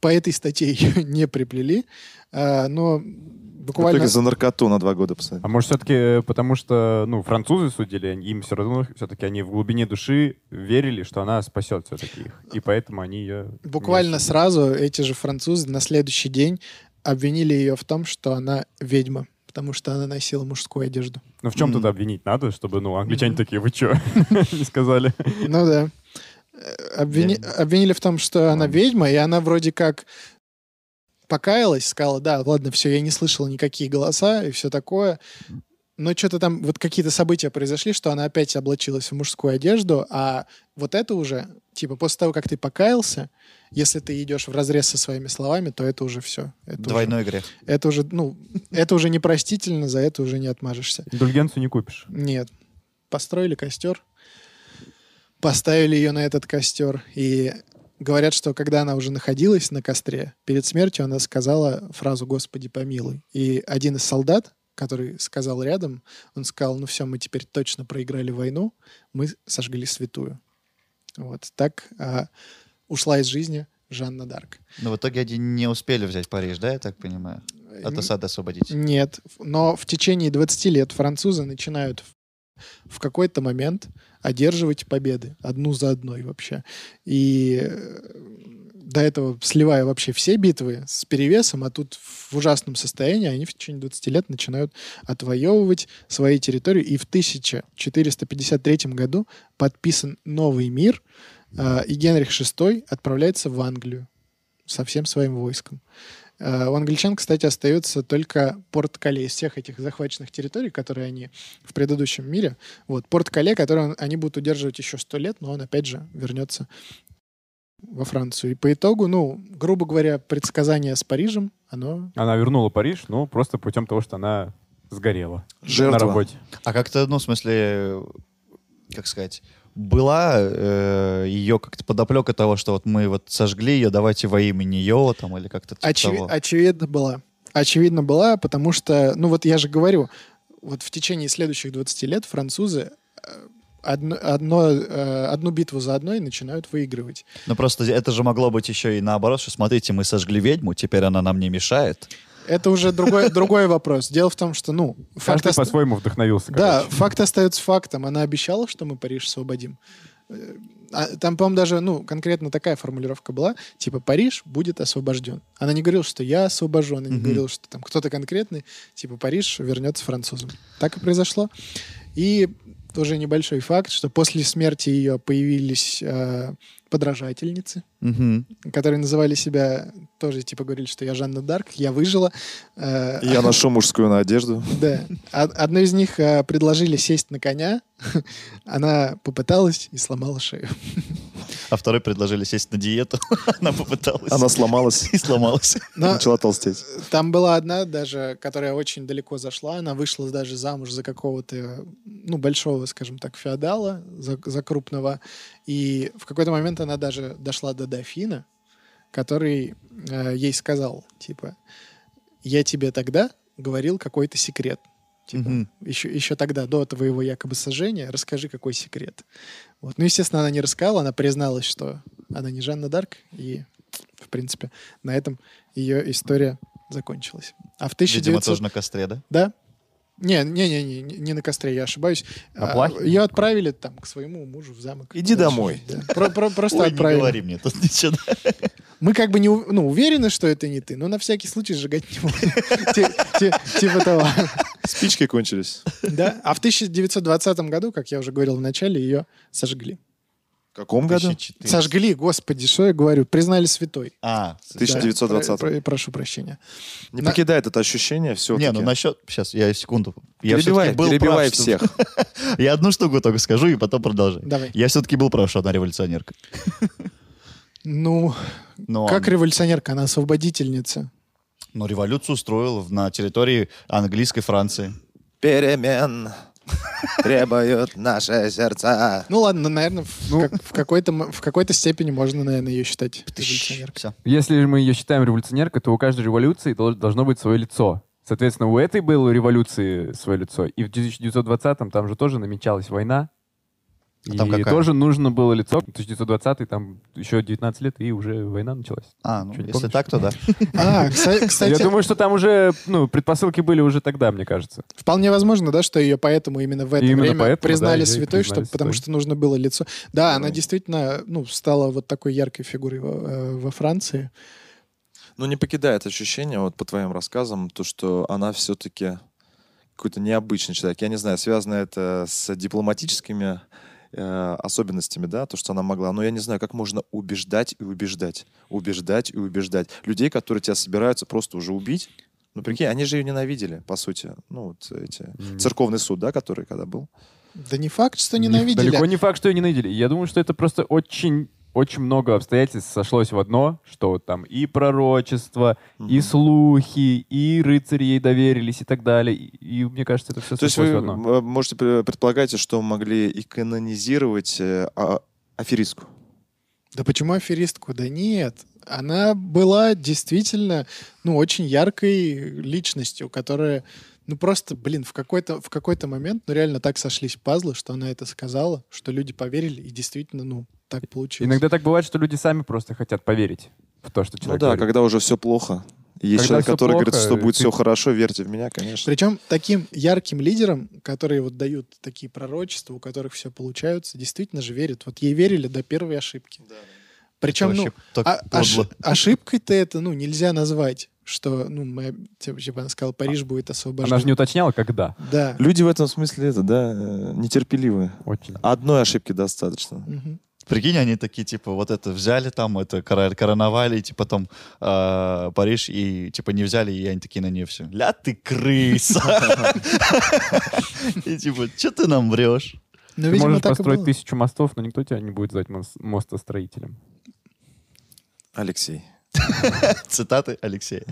C: по этой статье ее не приплели, а, но
A: В
C: буквально...
A: итоге за наркоту на два года посадили.
D: А может, все-таки потому что, ну, французы судили, они- им все равно, все-таки они в глубине души верили, что она спасет все-таки их. И поэтому они ее...
C: Буквально сразу эти же французы на следующий день обвинили ее в том, что она ведьма, потому что она носила мужскую одежду.
D: Ну, в чем
B: М.
D: тут обвинить надо, чтобы, ну, англичане
C: Мгм.
D: такие, вы что? Не сказали.
C: Ну да. Э, обвини-
D: Ведьма.
C: Обвинили в том, что она
D: Ладно.
C: ведьма, и она вроде как покаялась, сказала, да, ладно, все, я не слышала никакие голоса и все такое. Но что-то там, вот какие-то события произошли, что она опять облачилась в мужскую одежду, а вот это уже, типа, после того, как ты покаялся, если ты идешь в разрез со своими словами, то это уже все.
B: Двойной грех.
C: Это уже, ну, это уже непростительно, за это уже не отмажешься.
D: Индульгенцию не купишь.
C: Нет. Построили костер, поставили ее на этот костер, и говорят, что когда она уже находилась на костре, перед смертью она сказала фразу «Господи, помилуй». И один из солдат, который сказал рядом, он сказал, ну все, мы теперь точно проиграли войну, мы сожгли святую. Вот так а, ушла из жизни Жанна Дарк.
B: Но Ну, в итоге они не успели взять Париж, да, я так понимаю? От осады освободить.
C: Нет, в- но в течение 20 лет французы начинают в- в какой-то момент одерживать победы, одну за одной вообще. И э, до этого сливая вообще все битвы с перевесом, а тут в ужасном состоянии, они в течение 20 лет начинают отвоевывать свои территории. И в 1453 году подписан новый мир, э, и Генрих VI отправляется в Англию со всем своим войском. Э, У англичан, кстати, остается только Порт-Кале из всех этих захваченных территорий, которые они в предыдущем мире. Вот, Порт-Кале, который он- они будут удерживать еще сто лет, но он, опять же, вернется во Францию. И по итогу, ну, грубо говоря, предсказание с Парижем, оно...
D: Она вернула Париж, ну, просто путем того, что она сгорела на
A: Жертва.
D: работе.
B: А как-то, ну, в смысле, э, как сказать, была э, ее как-то подоплека того, что вот мы вот сожгли ее, давайте во имя нее, там, или как-то типа
C: очеви-
B: того.
C: очевидно была. Очевидно была, потому что, ну, вот я же говорю, вот в течение следующих 20 лет французы э, одно, одно, э, одну битву за одной начинают выигрывать.
B: Ну, просто это же могло быть еще и наоборот, что смотрите, мы сожгли ведьму, теперь она нам не мешает.
C: Это уже другой, другой вопрос. Дело в том, что, ну, факт,
D: Каждый
C: оста-
D: А по-своему вдохновился,
C: да,
D: короче.
C: факт остается фактом. Она обещала, что мы Париж освободим. Э, а Там, по-моему, даже, ну, конкретно такая формулировка была, типа, Париж будет освобожден. Она не говорила, что я освобожу, она не
B: Мгм.
C: говорила, что там кто-то конкретный, типа, Париж вернется французам. Так и произошло. И тоже небольшой факт, что после смерти ее появились э, подражательницы,
B: Мгм.
C: которые называли себя, тоже, типа, говорили, что я Жанна Дарк, я выжила. Э,
A: Я ношу мужскую на одежду.
C: да. Од- Одной из них э, предложили сесть на коня. Она попыталась и сломала шею.
B: А второй предложили сесть на диету, она попыталась
A: Она сломалась,
B: и сломалась.
C: Но
A: начала толстеть.
C: там была одна даже, которая очень далеко зашла. Она вышла даже замуж за какого-то, ну, большого, скажем так, феодала, за, за крупного. И в какой-то момент она даже дошла до дофина, который э, ей сказал, типа, я тебе тогда говорил какой-то секрет. Типа,
B: Мгм.
C: еще, еще тогда, до твоего якобы сожжения, расскажи, какой секрет. Вот. Ну, естественно, она не рассказала, она призналась, что она не Жанна Дарк, и, в принципе, на этом ее история закончилась. А в
B: Видимо,
C: 1900...
B: тоже на костре, да?
C: Да? Не, не, не, не, не на костре, я ошибаюсь.
D: На
C: А,
D: плахе?
C: Ее отправили там к своему мужу в замок.
A: Иди
C: Дальше
A: домой.
C: жить, да. Про- про- Просто
B: Ой, не говори
C: отправили.
B: мне тут ничего.
C: Мы как бы не у- ну, уверены, что это не ты, но на всякий случай сжигать не будем. Ти- ти- Типа того.
A: Спички кончились.
C: Да? А в 1920 году, как я уже говорил в начале, ее сожгли.
A: В каком году?
B: 1004.
C: Сожгли, господи, что я говорю, признали святой.
B: А,
C: Да,
A: 1920.
C: про- про- Прошу прощения.
A: Не
C: На-
A: покидает это ощущение все
B: не, ну насчет... Сейчас, я секунду. Я
A: Перебивай,
B: всё-таки был
A: перебивай
B: прав, что-
A: всех.
B: Я одну штуку только скажу и потом продолжай.
C: Давай.
B: Я все-таки был прав, что она революционерка.
C: Ну,
B: Но
C: как революционерка, она освободительница.
B: Но революцию устроил в- на территории английской Франции.
A: Перемен требуют наши сердца.
C: Ну ладно, наверное, в, как- в какой-то м- в какой-то степени можно, наверное, ее считать революционеркой.
B: Всё.
D: Если же мы ее считаем революционеркой, то у каждой революции дол- должно быть свое лицо. Соответственно, у этой было революции свое лицо. И в 1920-м там же тоже намечалась война.
B: А
D: и
B: там какая?
D: тоже нужно было лицо. 1920-й, там еще 19 лет, и уже война началась.
B: А, ну,
D: Чё, не
B: если
D: помнишь?
B: так, то да.
C: А, кса-
D: Я
C: кстати,
D: думаю, что там уже, ну, предпосылки были уже тогда, мне кажется.
C: вполне возможно, да, что ее поэтому именно в это
D: Именно
C: время
D: поэтому,
C: признали
D: да, её и
C: святой,
D: признали
C: что- потому
D: святой.
C: что нужно было лицо. Да, она действительно, ну, стала вот такой яркой фигурой во, э, во Франции.
A: Ну, не покидает ощущение, вот по твоим рассказам, то, что она все-таки какой-то необычный человек. Я не знаю, связано это с дипломатическими э, особенностями, да, то, что она могла. Но я не знаю, как можно убеждать и убеждать, убеждать и убеждать людей, которые тебя собираются просто уже убить. Ну, прикинь, они же ее ненавидели, по сути. Ну, вот эти...
D: М.
A: Церковный суд, да, который когда был?
C: Да не факт, что
D: Не-
C: ненавидели.
D: Далеко не факт, что ее ненавидели. Я думаю, что это просто очень очень много обстоятельств сошлось в одно, что вот там и пророчество, и
A: Мгм.
D: слухи, и рыцари ей доверились и так далее. И, и мне кажется, это все
A: То есть
D: сошлось
A: вы
D: в одно.
A: м, можете пре- предполагать, что могли и канонизировать э, а- аферистку?
C: Да почему аферистку? Да нет. Она была действительно, ну, очень яркой личностью, которая, ну, просто, блин, в какой-то, в какой-то момент, ну, реально так сошлись пазлы, что она это сказала, что люди поверили, и действительно, ну, так получилось.
D: Иногда так бывает, что люди сами просто хотят поверить в то, что
A: Ну
D: человек
A: да,
D: говорит.
A: когда уже все плохо. И Есть
D: Когда
A: человек,
D: всё
A: который говорит,
D: плохо,
A: что
D: и
A: будет
D: ты-
A: все хорошо, верьте в меня, конечно.
C: Причем таким ярким лидерам, которые вот дают такие пророчества, у которых все получается, действительно же верят. Вот ей верили до первой ошибки. Причем, ну,
B: Вообще так
C: А- оши-
B: подло.
C: ошибкой-то это, ну, нельзя назвать, что, ну, мы, типа, типа она сказала, Париж будет освобожден.
D: А Она же не уточняла, когда.
C: Да.
A: Люди в этом смысле это, да, э, нетерпеливые.
D: Очень.
A: Одной ошибки достаточно.
C: Мгм.
B: Прикинь, они такие, типа, вот это взяли там, это кора- короновали, типа там э, Париж, и типа не взяли, и они такие на нее все. Ля ты крыса! И типа, что ты нам врешь?
C: Ну,
D: Ты
C: видимо,
D: можешь
C: так и
D: построить
C: было.
D: тысячу мостов, но никто тебя не будет звать мос- мостостроителем.
A: Алексей.
B: Цитаты Алексея.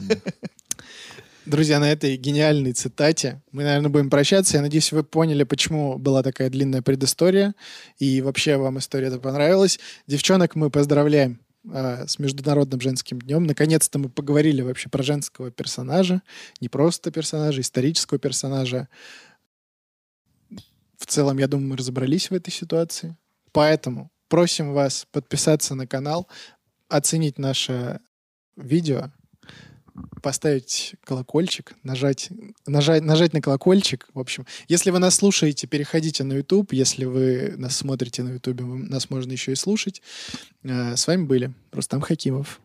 C: Друзья, на этой гениальной цитате мы, наверное, будем прощаться. Я надеюсь, вы поняли, почему была такая длинная предыстория. И вообще вам история эта понравилась. Девчонок мы поздравляем а, с Международным женским днем. Наконец-то мы поговорили вообще про женского персонажа. Не просто персонажа, исторического персонажа. В целом, я думаю, мы разобрались в этой ситуации. Поэтому просим вас подписаться на канал, оценить наше видео, поставить колокольчик, нажать, нажать, нажать на колокольчик. В общем, если вы нас слушаете, переходите на YouTube. Если вы нас смотрите на YouTube, вы- нас можно еще и слушать. Э, С вами были Рустам Хакимов,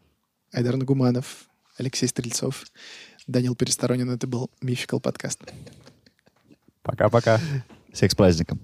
C: Айдар Нагуманов, Алексей Стрельцов, Данил Пересторонин. Это был Мификал подкаст.
D: Пока-пока.
B: Всех с праздником.